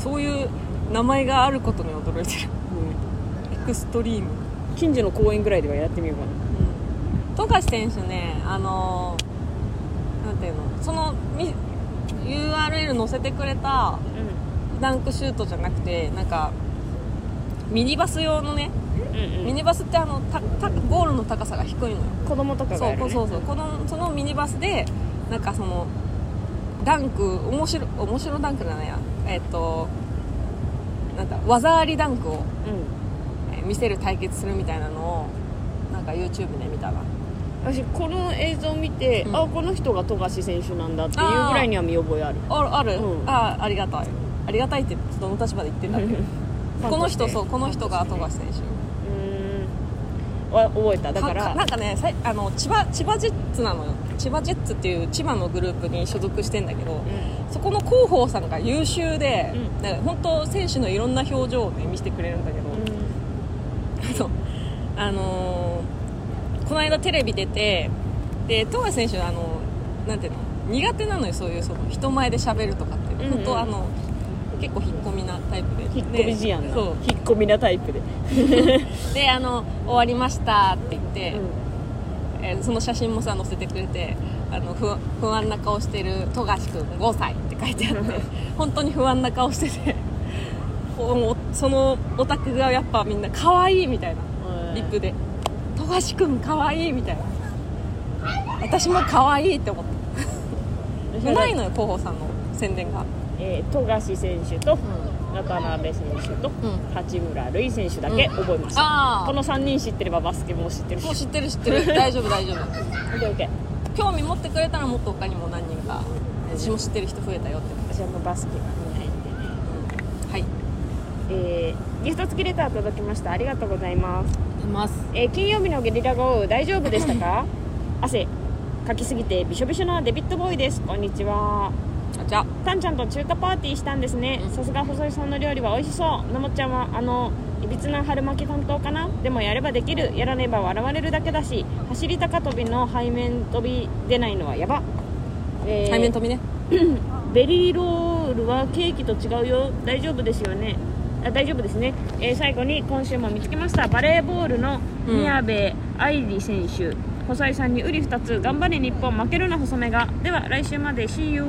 B: そういう名前があることに驚いてる エクストリーム、
A: 近所の公園ぐらいではやってみようかな
B: うん、富樫選手ねあのーなんていうのそのみ URL 載せてくれたダンクシュートじゃなくてなんかミニバス用のね、
A: うん
B: ミニバスってあのたたゴールの高さが低いのよ
A: 子供とかが
B: そ
A: や
B: う
A: る、
B: こ
A: ね、
B: そうそうこのそのミニバスでなんかそのダンク面白面白ダンクじゃないやえっ、となんだ技ありダンクを、
A: うん
B: えー見せる対決するみたいなのをなんか YouTube で見たな
A: 私この映像を見て、
B: うん
A: あこの人が富樫選手なんだっていうぐらいには見覚えある
B: あるある、
A: うん
B: あありがたいありがたいってどの立場で言ってんだっけ この人そうこの人が富樫選手
A: うーんわ覚えただか
B: か
A: ら
B: なんかねさいあの千葉千葉ジェッツなのよ千葉ジェッツっていう千葉のグループに所属してんだけど、そこの広報さんが優秀で、
A: うん
B: なんか本当選手のいろんな表情を、ね、見せてくれるんだけど、そうあのーこの間テレビ出てで富樫選手はあのなんていうの苦手なのよそういうその人前で喋るとかって、
A: うんうん
B: 本当あの結構引っ込みなタイプで
A: 引っ込み思案
B: で
A: な
B: そ
A: 引っ込みなタイプで、
B: うであの「終わりました」って言って、
A: う
B: えーその写真もさ載せてくれてあの不不安な顔してる富樫君5歳って書いてあ って本当に不安な顔してておそのオタクがやっぱみんな可愛いみたいなんリップで「富樫君可愛いみたいな私も可愛いって思ってうまいのよ広報さんの宣伝が、
A: えー富樫選手と中辺選手と
B: ん
A: 八村塁選手だけ
B: うん
A: 覚えました、
B: あ
A: こ
B: あ
A: の3人知ってればバスケも知ってるし
B: もう知ってる知って る大丈夫大丈夫
A: OK
B: 興味持ってくれたらもっと他にも何人か私も知ってる人増えたよって
A: 私はもうバスケが入ってね
B: はい
A: えーギフト付きレター届きましたありがとうございます
B: います
A: えー金曜日のゲリラ豪雨大丈夫でした か汗かきすぎてびしょびしょなデビットボーイですこんにちは
B: あじゃあ
A: たんちゃんと中華パーティーしたんですね
B: うん
A: さすが細井さんの料理は美味しそうのもちゃんはあのいびつな春巻き担当かなでもやればできるやらねば笑われるだけだし走り高跳びの背面跳び出ないのはやば、えー
B: 対面飛びね
A: ベリーロールはケーキと違うよ大丈夫ですよねあ大丈夫ですね、えー最後に今週も見つけましたバレーボールの
B: うん
A: 宮部愛理選手、細井さんにウリ二つ頑張れ日本負けるな細めがでは来週まで See you、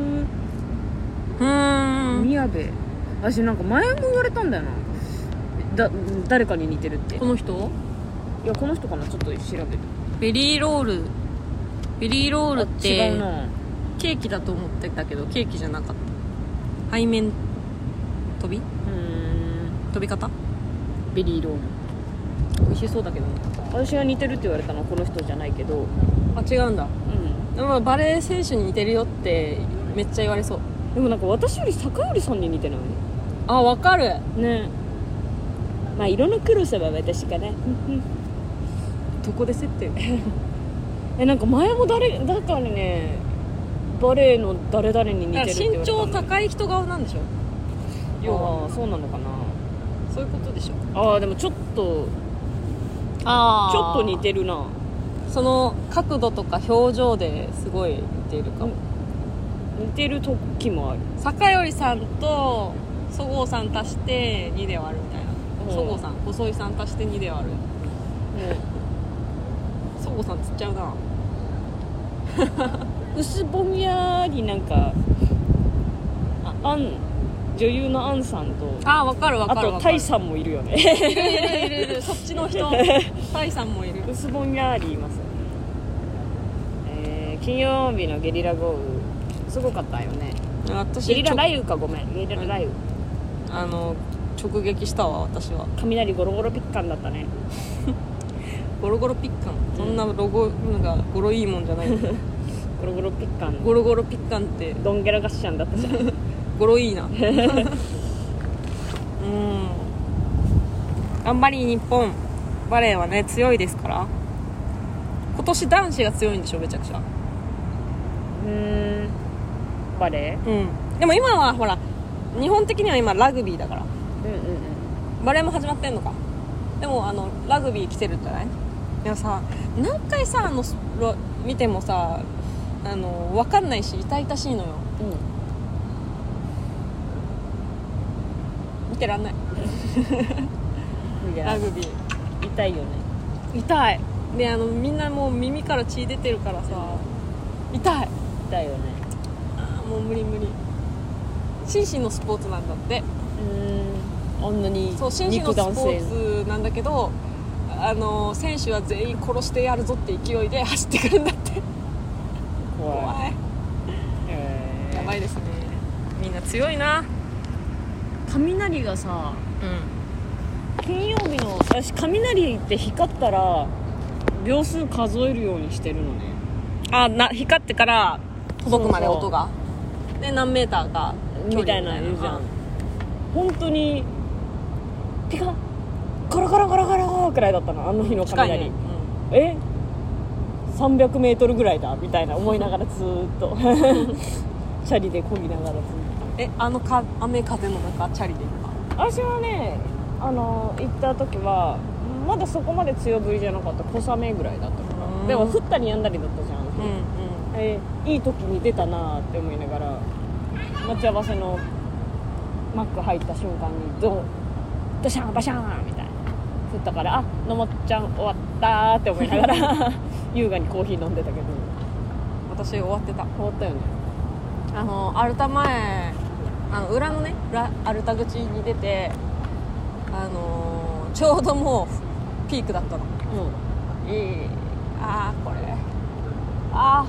B: うーん
A: 宮部私なんか前も言われたんだよなだ誰かに似てるって
B: この人
A: いやこの人かなちょっと調べて
B: ベリーロールベリーロールっ
A: あ
B: て
A: 違うな
B: ケーキだと思ってたけどケーキじゃなかった背面飛び
A: うー
B: 飛び方
A: んベリーロール美味しそうだけどね私が似てるって言われたのはこの人じゃないけど
B: あ違うん
A: う
B: だ
A: ん
B: でもバレー選手に似てるよってめっちゃ言われそう
A: でもなんか私より坂寄さんに似てない
B: あわかる
A: ねまあ色の黒さは私かね
B: どこで設定
A: えなんか前も誰だからねバレエの誰々に似てるって言わ
B: 身
A: れた
B: 長
A: の
B: 高い人顔なんでしょ要は
A: ああそうなのかな
B: そういうことでしょ
A: ああでもちょっと
B: あ
A: ちょっと似
B: る
A: てるな
B: その角度とか表情ですごい似てるかも
A: 似てる時もある
B: 坂よりさんとそごうさん足して2で割るみたい
A: うん
B: なそごうさん細井さん足して2で割るそごうさん釣っちゃうな
A: うん薄ぼんやりなんかあアン女優のアンさんと
B: あわかるわ
A: あ
B: かる
A: と
B: わか
A: タイ
B: る
A: さんもいるよね
B: いるいるいるい るそっちの人タイさんもいる
A: 薄ぼんやりいますよねえー金曜日のゲリラ豪雨すごかったよね
B: 私
A: ゲリラ雷雨かごめんゲリラ雷雨
B: あの直撃したわ私は
A: 雷ゴロゴロピッカンだったね
B: ゴロゴロピッカンそんなロゴのがゴロいいもんじゃ ない
A: ゴロゴロピッカン
B: ゴロゴロピッカンって
A: ドンゲラガッシャンだったじゃんうん
B: ゴロいいなうん頑張り日本バレーはね強いですから今年男子が強いんでしょめちゃくちゃ
A: バレ
B: うんでも今はほら日本的には今ラグビーだから
A: ーうんうんうん
B: バレーも始まってんのかでもあのラグビー来てるんじゃないでもさ何回さあのスロ見てもさあの分かんないし痛々しいのよ
A: う
B: 見てらんない
A: ん、いや
B: ラグビー
A: 痛いよね
B: 痛いであのみんなもう耳から血出てるからさ痛い
A: 痛いよね
B: あーもう無理無理心身のスポーツなんだって
A: うんあんなに
B: そう心身のスポーツなんだけどあの選手は全員殺してやるぞって勢いで走ってくるんだって
A: 怖い、
B: 怖い
A: えー
B: やばいですねみんな強いな
A: 雷がさ
B: うん
A: 金曜日の私雷って光ったら秒数数えるようにしてるのね
B: あな光ってから届くまで
A: そうそう
B: 音がで何メーターか距離
A: みたいなの言うじゃん
B: あ
A: 本当にピカコロコロコロコロくらいだったのあの日の
B: 近いね
A: 雷、え3 0 0ルぐらいだみたいな思いながらずーっ とチャリで漕ぎながらずっと
B: うんえあのか雨風の中チャリで行くか
A: 私はねあの行った時はまだそこまで強降りじゃなかった小雨ぐらいだったか
B: う
A: ら
B: ん
A: でも降ったりやんだりだったじゃん、
B: うん
A: えいい時に出たなーって思いながら待ち合わせのマック入った瞬間にドンドシャンバシャンみたいな降ったからあのもっちゃん終わったーって思いなが ら優雅にコーヒー飲んでたけど
B: うん私終わってた
A: 終わったよね
B: あのアルタ前あの裏のね裏アルタ口に出てあのーちょうどもうピークだったのいいあーこれあ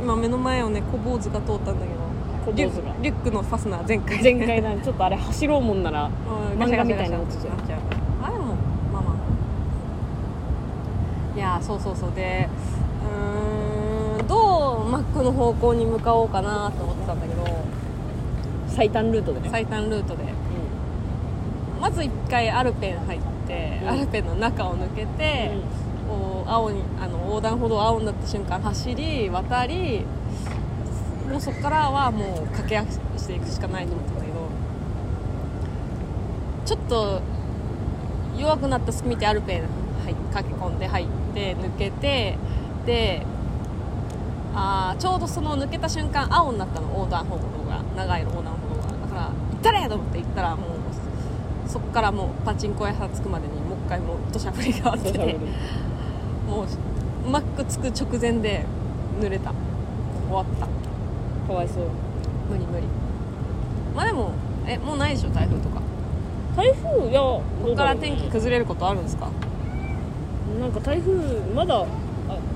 B: ー今目の前をね小坊主が通ったんだけど
A: うん
B: リ
A: 小
B: ュ
A: 坊主が
B: リュックのファスナー全開
A: 前回なちょっとあれ走ろうもんなら
B: うん
A: 漫画みたいなやつじゃん
B: ガシャガシャガシャガシャあでもまあまあいやーそうそうそうでうーんどうマックの方向に向かおうかなと思ってたんだけど
A: 最短ルートでね、
B: 最短ルートで
A: う
B: まず1回アルペン入って、
A: うん
B: アルペンの中を抜けて、
A: ん
B: こう青にあの横断歩道青になった瞬間走り渡りもうそこからはもう駆け足していくしかないと思ったんだけどちょっと弱くなった隙見てアルペン入っ駆け込んで入って抜けてであーちょうどその抜けた瞬間青になったの横断歩道が長い横断歩道がだから行ったれと思って行ったらもうそこからもうパチンコ屋さん着くまでにもう一回もう土砂降りがあって
A: 土砂降
B: て
A: り
B: もうマック着く直前で濡れた終わった
A: かわいそう
B: 無理無理まあでもえもうないでしょ台風とか
A: 台風いやこ
B: ここから天気崩れることあるんですか
A: なんか台風まだあ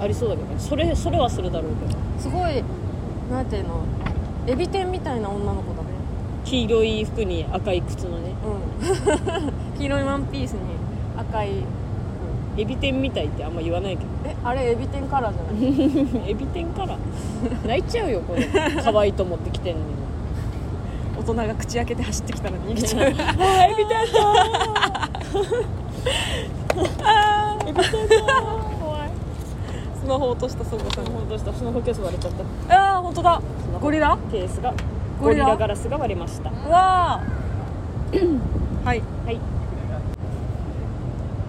A: ありそうだけどねそれそれはするだろうけど
B: すごいなんていうのエビ天みたいな女の子だね
A: 黄色い服に赤い靴のね
B: うん黄色いワンピースに赤い
A: エビ天みたいってあんま言わないけど
B: えあれエビ天カラーじゃない
A: エビ天から泣いちゃうよこれ可愛いと思って来てんのに
B: 大人が口開けて走ってきたら逃げちゃう
A: あエビ天
B: あー
A: エビ天だ怖い
B: スマホ落としたそごさん
A: ほんとしたスマホケース割れちゃった
B: ああ本当だゴリラ
A: ケースが
B: ゴ
A: ゴ
B: リ
A: リ
B: ラ
A: ラガラスが割れました
B: うわあはい
A: はい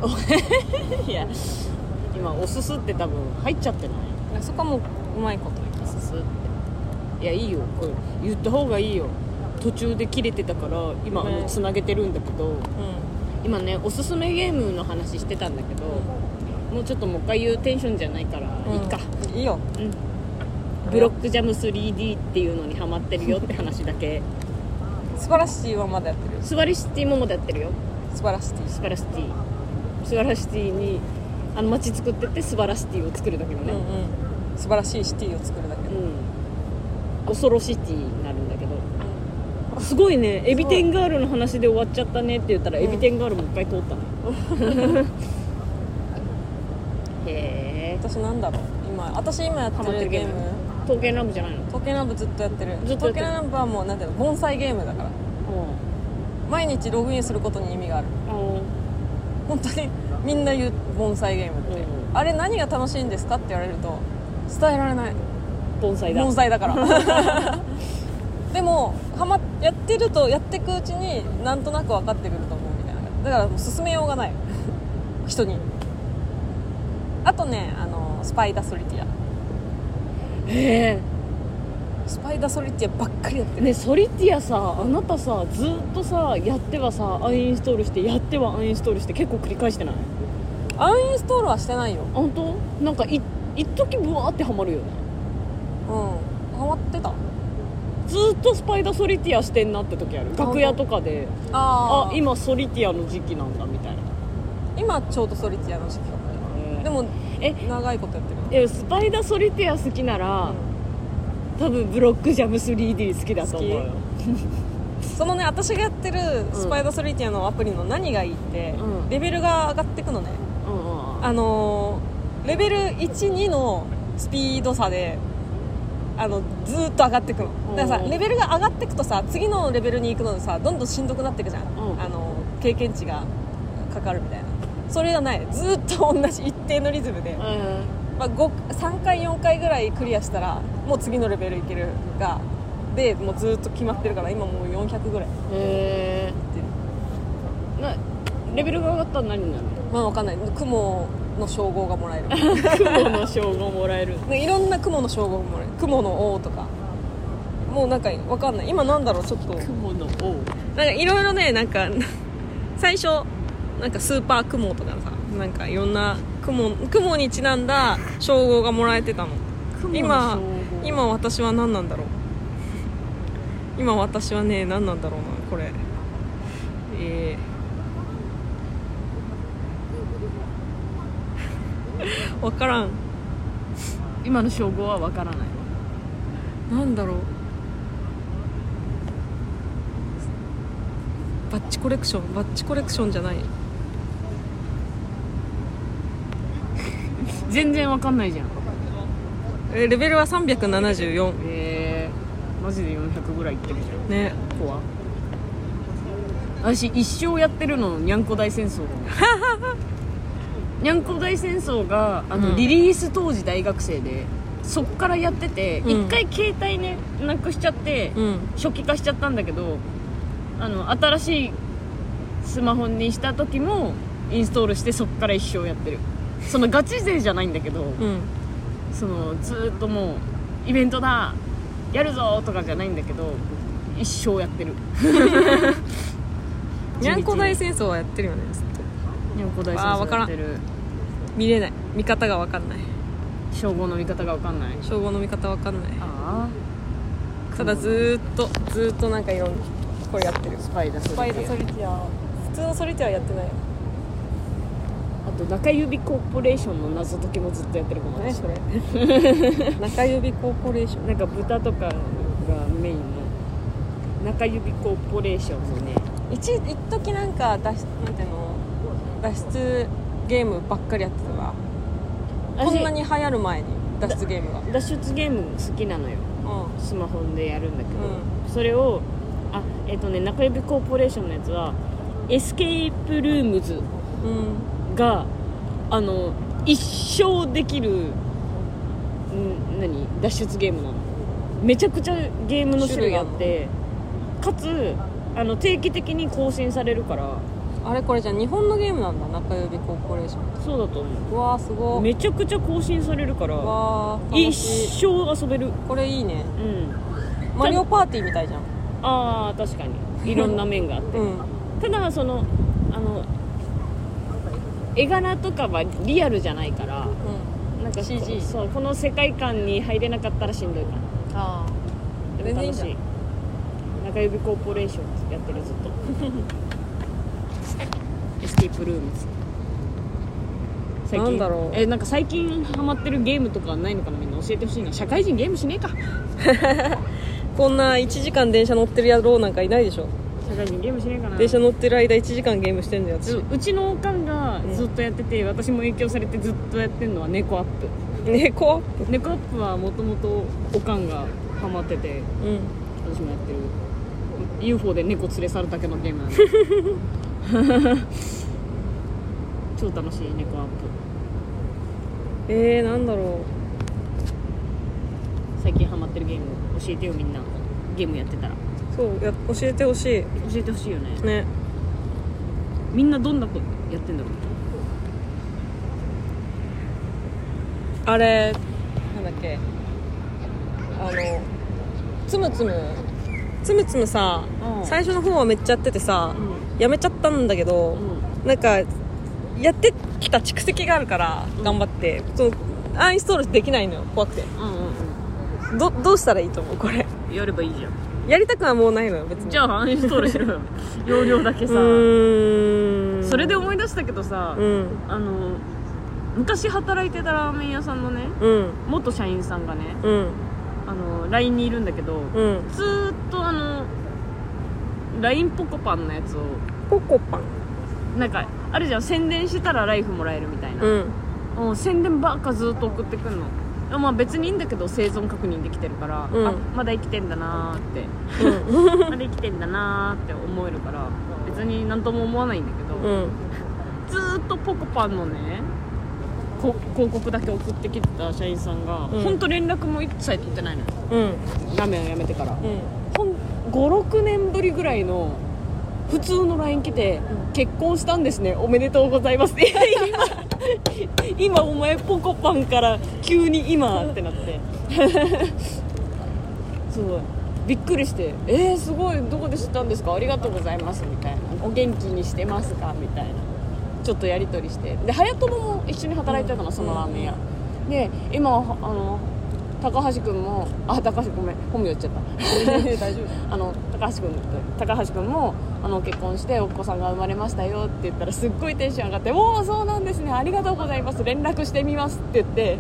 A: おいや今おすすって多分入っちゃってない
B: あそこはもううまいこと言った
A: すすっていやいいよこれ言った方がいいよ途中で切れてたから今
B: ね
A: つなげてるんだけど
B: う
A: 今ねおすすめゲームの話してたんだけどもうちょっともう一回言うテンションじゃないからいいか、
B: いいよ
A: うんブロックジャム 3D っていうのにハマってるよって話だけ
B: 素晴らしいはまだやってる
A: スバリシティもまだやってるよ
B: 素晴らしい
A: スバラシティスバラシティにあの街作ってってスバラシティを作るだけど
B: うん
A: ね、
B: うん素晴らしいシティを作るだけ
A: う
B: で
A: ん恐ろシティになるんだけどすごいねエビ天ガールの話で終わっちゃったねって言ったら、
B: うん
A: エビ天ガールもう一回通ったね へえ
B: 私なんだろう今私今やっ
A: ハマ
B: て
A: って
B: る
A: る
B: ゲ
A: ゲ
B: ー
A: ーム
B: ム
A: 刀剣ラブじゃないのうん
B: 「時計ラブ」ずっとやってる
A: ずっとや
B: 時
A: って
B: 計
A: る
B: ラブはもうなんていうの盆栽ゲームだから毎日ログインすることに意味がある
A: あの
B: 本当にみんな言う盆栽ゲームって、
A: うん
B: あれ何が楽しいんですかって言われると伝えられない
A: 盆栽だ
B: 盆栽だから でもはまやってるとやってくうちになんとなく分かってくると思うみたいなだからもう進めようがない 人にあとねあのスパイダソリティア
A: へ
B: スパイダソリティアばっかりやって
A: え
B: る
A: ねソリティアさあなたさずっとさやってはさアンインストールしてやってはアンインストールして結構繰り返してない
B: アンインストールはしてないよ
A: 本当なんかい一時ブワーってハマるよね
B: うんハマってた
A: ずーっとスパイダーソリティアしてんなって時ある楽屋とかで
B: あ
A: あ今ソリティアの時期なんだみたいな
B: 今ちょうどソリティアの時期かもねでも
A: え
B: 長いことやって
A: でも
B: る
A: スパイダーソリティア好きなら多分ブロックジャム 3D 好きだと思うよ、
B: そのね私がやってるスパイダーソリティアのアプリの何がいいって、
A: うん
B: レベルが上がってくのね
A: うんうんうん
B: あのーレベル12のスピード差であのずーっと上がってくのだからさ
A: うん
B: レベルが上がってくとさ次のレベルに行くのでさどんどんしんどくなっていくじゃん、
A: うん
B: あの経験値がかかるみたいなそれじゃないずーっと同じ一定のリズムで、まあ、5 3回4回ぐらいクリアしたらもう次のレベルいけるがでもうずーっと決まってるから今もう400ぐらい
A: へえなレベルが上がったら何にな る
B: まあわかんない雲の称号がもらえる
A: の雲の称号もらえる
B: でいろんな雲の称号もある雲の王とかもうなんかわかんない今なんだろうちょっとなん
A: 雲の王
B: かいろいろねなんか最初なんかスーパー雲とかさなんかいろんな雲雲にちなんだ称号がもらえてたの今今私は何なんだろう今私はね何なんだろうなこれえーわからん
A: 今の称号はわからない
B: なんだろうバッチコレクションバッチコレクションじゃない
A: 全然わかんないじゃん
B: えレベルは374
A: えー、マジで400ぐらいいってるじゃん
B: ね
A: 怖私一生やってるのにゃんこ大戦争だね にゃんこ大戦争があの、
B: うん
A: リリース当時大学生でそっからやってて一、
B: うん
A: 回携帯ねなくしちゃって、
B: うん
A: 初期化しちゃったんだけどあの新しいスマホにした時もインストールしてそっから一生やってるそのガチ勢じゃないんだけど、
B: うん
A: そのずーっともうイベントだやるぞとかじゃないんだけど一生やってる
B: にゃんこ大戦争はやってるよねずっと
A: にゃんこ大
B: あー
A: 戦
B: わか
A: 争や
B: らん
A: ってる
B: 見れない見方が分かんない
A: 称号の見方がわかんない
B: 称号の見方分かんない
A: あ
B: ただずーっとずーっとなんかいろんなこれやってる
A: あスパイだ
B: ス
A: ス
B: パイダーソリティア通のソリティアやってないよ
A: あと中指コーポレーションの謎解きもずっとやってるかも
B: 何
A: 私
B: それ中指コーポレーション
A: なんか豚とかがメインの中指コーポレーションもね
B: 一一時なんか脱出なんていうの脱出ゲームばっかりやってたわこんなに流行る前に脱出ゲームが
A: 私脱出ゲーム好きなのよ
B: う
A: スマホでやるんだけど、
B: う
A: それをあえっ、とね中指コーポレーションのやつはエスケープルームズ
B: んうん
A: があの一生できるん何脱出ゲームなのめちゃくちゃゲームの種類があってかつあの定期的に更新されるから
B: あれこれじゃあ日本のゲームなんだ中指コーポレーション
A: そうだと思
B: うわーす
A: う
B: ごい
A: めちゃくちゃ更新されるか
B: う
A: ら
B: わー楽
A: 一
B: しい
A: 生遊べる
B: これいいね
A: うん
B: マリオパーティーみたいじゃん
A: あー確かにいろんな面があって
B: うん
A: ただそのあの絵柄とかはリアルじゃないから
B: うん
A: なんか
B: CG
A: そうこの世界観に入れなかったらしんどいかな
B: あ
A: でも楽
B: 全然
A: し
B: い
A: い中指コーポレーションやってるずっ とエスケープルームズ最近
B: なんだろう
A: えなんか最近ハマってるゲームとかないのかなみんな教えてほしいな社会人ゲームしねえか
B: こんな1時間電車乗ってる野郎なんかいないでしょ
A: 社会人ゲームしねえかな
B: 電車乗ってる間1時間ゲームしてんだよ
A: で
B: 私
A: もうちのおかんがずっとやってて、私も影響されてずっとやってるのは猫アップ
B: 猫
A: 猫アップはもともとおかんがハマってて
B: うん
A: 私もやってる UFO で猫連れ去るだけのゲームなんで 超楽しい猫アップ
B: えー、なんだろ
A: 最近ハマってるゲーム教えてよみんなゲームやってたら
B: うそうや教えてほし
A: 教えてほしいよね
B: いね
A: みんなどんなことやってんだろう
B: あれなんだっけあのつむつむつむつむさ、
A: うん
B: 最初の方はめっちゃやっててさ、やめちゃったんだけど、
A: う
B: なんかやってきた蓄積があるから
A: うん
B: 頑張って、そのアンインストールできないのよ怖くて
A: んうん
B: どどうしたらいいと思うこれ
A: うんやればいいじゃん
B: やりたくはもうないのよ別に
A: じゃあアンインストールしろよ容量だけ
B: う
A: さ
B: ーん
A: それで思い出したけどさ、
B: うん
A: あの昔働いてたラーメン屋さんのね
B: うん
A: 元社員さんがね
B: うん
A: あの LINE にいるんだけど、
B: うん
A: ずーっとあの LINE ポコパンのやつを
B: ポコパン
A: なんかあるじゃん宣伝したらライフもらえるみたいな、
B: うん
A: もう宣伝ばっかずーっと送ってくんのあまあ別にいいんだけど生存確認できてるから、
B: うん
A: あまだ生きてんだな ーってまだ生きてんだなーって思えるから別に何とも思わないんだけど、
B: うん
A: ずーっとポコパンのねこ広告だけ送ってきてた社員さんが、
B: うん
A: ほんと連絡も一切取ってないのよ
B: うん
A: ラーメンをやめてから
B: うん
A: 56年ぶりぐらいの普通の LINE 来て、結婚したんですねおめでとうございます」いや今今お前ポコパンから急に「今」ってなってそうびっくりして「えー、すごいどこで知ったんですかありがとうございます」みたいな「お元気にしてますか?」みたいなちょっとやり取りしてで早友も一緒に働いてたのそのラーメン屋で今はあの高橋君もあ高橋ごめん本名言っちゃった
B: 大丈夫
A: あの高橋君高橋君もあの結婚してお子さんが生まれましたよって言ったらすっごいテンション上がって「おおそうなんですねありがとうございます連絡してみます」って言って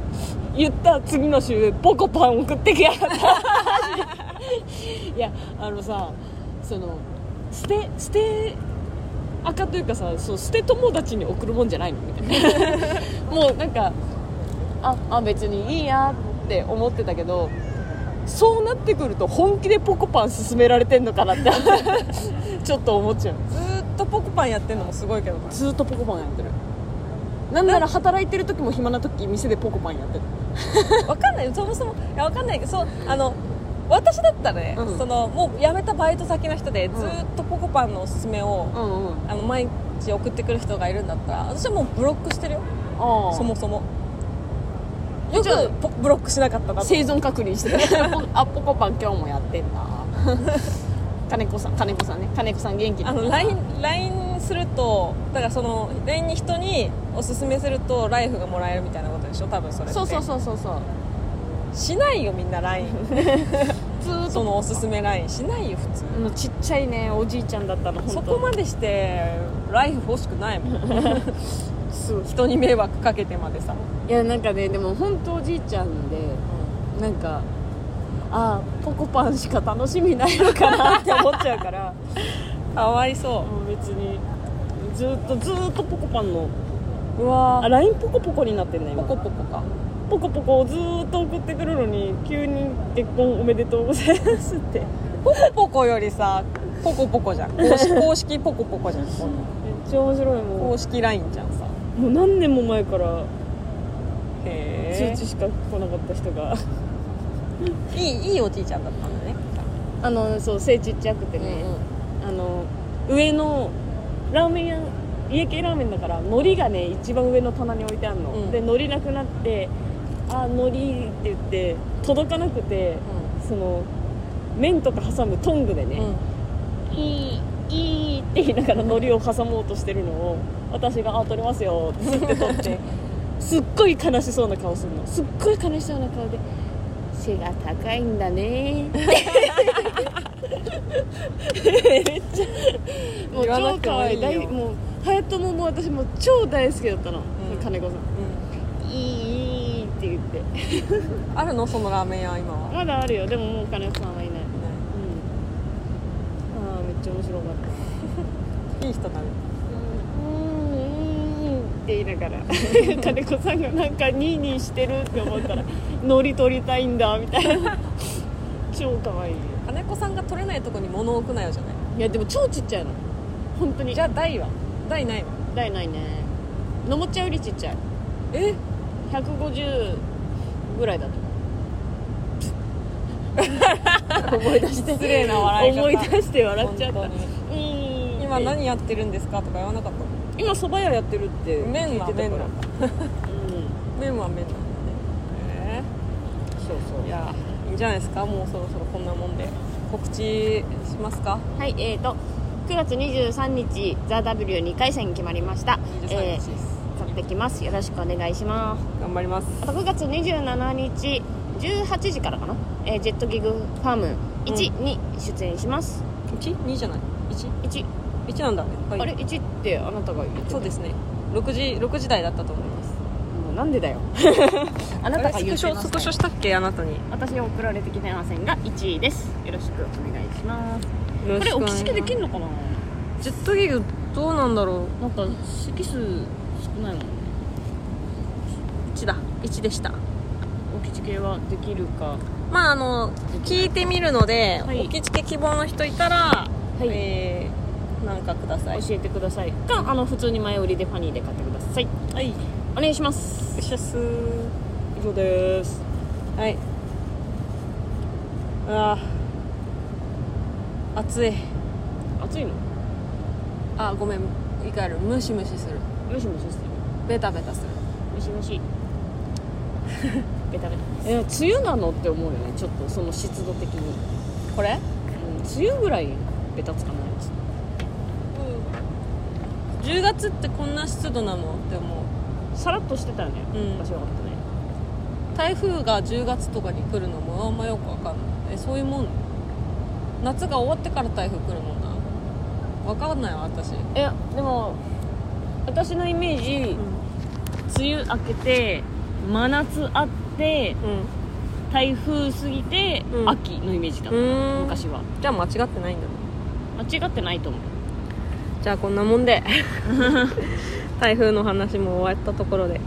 A: 言った次の週ポコパン送ってきやがったいやあのさその捨て捨て赤というかさそう捨て友達に送るもんじゃないのみたいなもうなんかああ別にいいやって思ってたけどそうなってくると本気でポコパン勧められてんのかなってちょっと思っちゃう
B: ずーっとポコパンやってんのもすごいけどな
A: ずっとポコパンやってるなんなら働いてる時も暇な時店でポコパンやってる
B: わかんないそもそもいやわかんないけどそうあの私だったらね、
A: うん
B: そのもう辞めたバイト先の人で
A: ん
B: ずーっとポコパンのおすすめを、
A: んうん
B: あの毎日送ってくる人がいるんだったら私はもうブロックしてるよ
A: あ
B: そ
A: そ
B: もそもよ
A: じゃあ
B: くポブロックしなかったな
A: 生存確認してるポ あポコパン今日もやってん な金子さん金子さんね金子さん元気
B: あの LINE, LINE するとだからその LINE に人におすすめするとライフがもらえるみたいなことでしょ多分それって
A: そうそうそうそうそう
B: しないよみんな LINE
A: 通
B: そのおすすめラインしないよ普通
A: あのちっちゃいねおじいちゃんだったの
B: そ
A: 本当
B: こまでしてライフ欲しくないもん
A: そう
B: 人に迷惑かけてまでさ、
A: いやなんかねでも本当おじいちゃんでなんかああポコパンしか楽しみないのかなって思っちゃうから
B: かわいそ
A: もう別にずっとずっとポコパンの
B: ううわ
A: あ LINE ポコポコになってんね
B: ポ
A: 今
B: コポコか
A: ポコポコをずーっと送ってくるのに急に結婚おめでとうございますって
B: ポコポコよりさポコポコじゃん公式 公式ポコポコじゃんこの
A: めっちゃ面白いも
B: 公式ラインじゃんさ
A: うもう何年も前から
B: へ
A: 通知しか来なかった人が
B: えいいいいおじいちゃんだったんだね
A: あのそう背ちっちゃくてね、あの上のラーメン屋家系ラーメンだから海苔がね一番上の棚に置いてあるの、
B: うん
A: で海苔なくなってあ海苔って言って届かなくてその麺とか挟むトングでね、いいいいって言いながら海苔を挟もうとしてるのを私が「あ取れますよ」って吸って取 ってすっごい悲しそうな顔するのすっごい悲しそうな顔で
C: 背が高いんだね
A: もう
B: 言わ
A: 超
B: なくて
A: 可
B: もい
A: 愛
B: い
A: い
B: よ
A: 大もう隼人ももう私もう超大好きだったの、
B: うん
A: 金子さん「いいいい」って言って
B: あるのそのラーメン屋今は、
A: まだあるよでももう金子さんはいないうんああめっちゃ面白かった
B: いい人だね
A: うんうんって言いながら 金子さんがなんかニーニーしてるって思 ったら乗り取りたいんだみたいな 超可愛いよ
B: 金子さんが取れないとこに物置くなよじゃない
A: やでも超ちっちゃいの本当に
B: いじゃあ台は台ないの
A: 台ないねのもちゃんよりちっちゃい
B: え
A: 150ぐらいだと思う 思い出して
B: 失礼な笑い方
A: 思い出して笑っちゃった
B: 本当
A: う
B: に
A: ん
B: 今何やってるんですかとか言わなかったの
A: 今そば屋やってるって聞
B: 麺
A: い
B: は
A: てた
B: 麺
A: か
B: な
A: ら
B: んだ
A: うん
B: 麺は麺なんだね
A: そうそ
B: いやいいんじゃないですかもうそろそろこんなもんで告知しますか
A: はいえー、と9月23日「ザ・ w 2回戦決まりました
B: 23日
A: え
B: です、
A: ー買ってきますよろしくお願いします
B: 頑張ります
A: あと9月27日18時からかな、えージェットギグファーム1に出演します、
B: 12じゃない
A: 1
B: 11なんだねはい
A: あれ1ってあなたが言ってた
B: そうですね6時6時台だったと思います
A: もうなんでだよ あな
B: あ
A: た
B: れ
A: が
B: ス
A: 言
B: ク
A: っ
B: シ
A: て
B: ョ
A: ま
B: ス
A: す
B: クショしたっけあなたに
A: 私に送られてきてませんが1位ですよろしくお願いしますこれお聞きでき
B: ん
A: んのかな
B: ジェットギグどうなんだろ
A: なんか席数少ないもん
B: う1だ1でした
A: お聞き系はできるか
B: まああの聞いてみるので、
A: はい
B: お気付け希望の人いたら、
A: い
B: えーなんかください
A: 教えてくださいかあの普通に前売りでファニーで買ってください
B: はい
A: お願いします
B: シャス
A: 以上です
B: はいうわあ暑い
A: 暑いの
B: あごめんいかるムシムシする
A: ムシムシしてる
B: ベタベタする
A: ムシムシベタベタ え梅雨なのって思うよねちょっとその湿度的に、
B: こ
A: うん、
B: れ
A: 梅雨ぐらいベタつかないです
B: 10月ってこんな湿度なのって思う
A: さらっとしてたよね、
B: うん
A: 私はかったね
B: 台風が10月とかに来るのもあんまよくわかんないえそういうもん夏が終わってから台風来るもんなわかんないわ私
A: えでも私のイメージ、梅雨明けて真夏あって
B: う
A: 台風過ぎて、
B: うん
A: 秋のイメージだった、
B: ん昔
A: 昔は
B: じゃあ間違ってないんだね
A: 間違ってないと思う
B: じゃあこんなもんで台風の話も終わったところで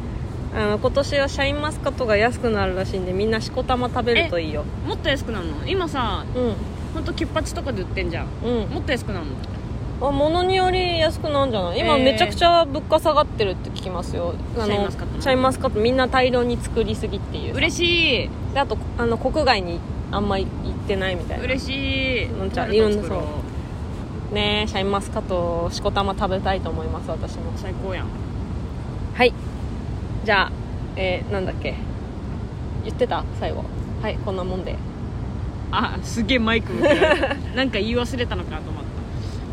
B: あの今年はシャインマスカットが安くなるらしいんでみんなしこたま食べるといいよ
A: もっと安くなるの今さ
B: うん
A: ほんと切ッパチとかで売ってんじゃん
B: うん
A: もっと安くなるの
B: あ物により安くなんじゃない今
A: えー
B: めちゃくちゃ物価下がってるって聞きますよあの
A: シャインマスカットの
B: シャインマスカットみんな大量に作りすぎっていう
A: 嬉しい
B: であとあの国外にあんま行ってないみたいな
A: 嬉しい
B: なんちゃ
A: タルト
B: いろんな
A: 作ろう
B: そねえシャインマスカットしこたま食べたいと思います私も
A: 最高やん
B: はいじゃあえー、なんだっけ言ってた最後はいこんなもんで
A: あすげえマイク向けられたなんか言い忘れたのかと思っ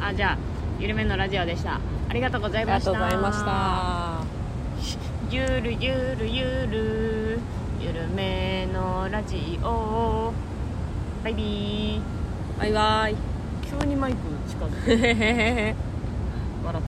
A: たあじゃあゆるめのラジオでしたありがとうござ
B: あ
A: い
B: りが
A: まし
B: と
A: た
B: うございました
A: ゆるゆるゆるゆるめのラジオバイビー
B: バイバイ
A: 急にマイク近づく
B: へへへへ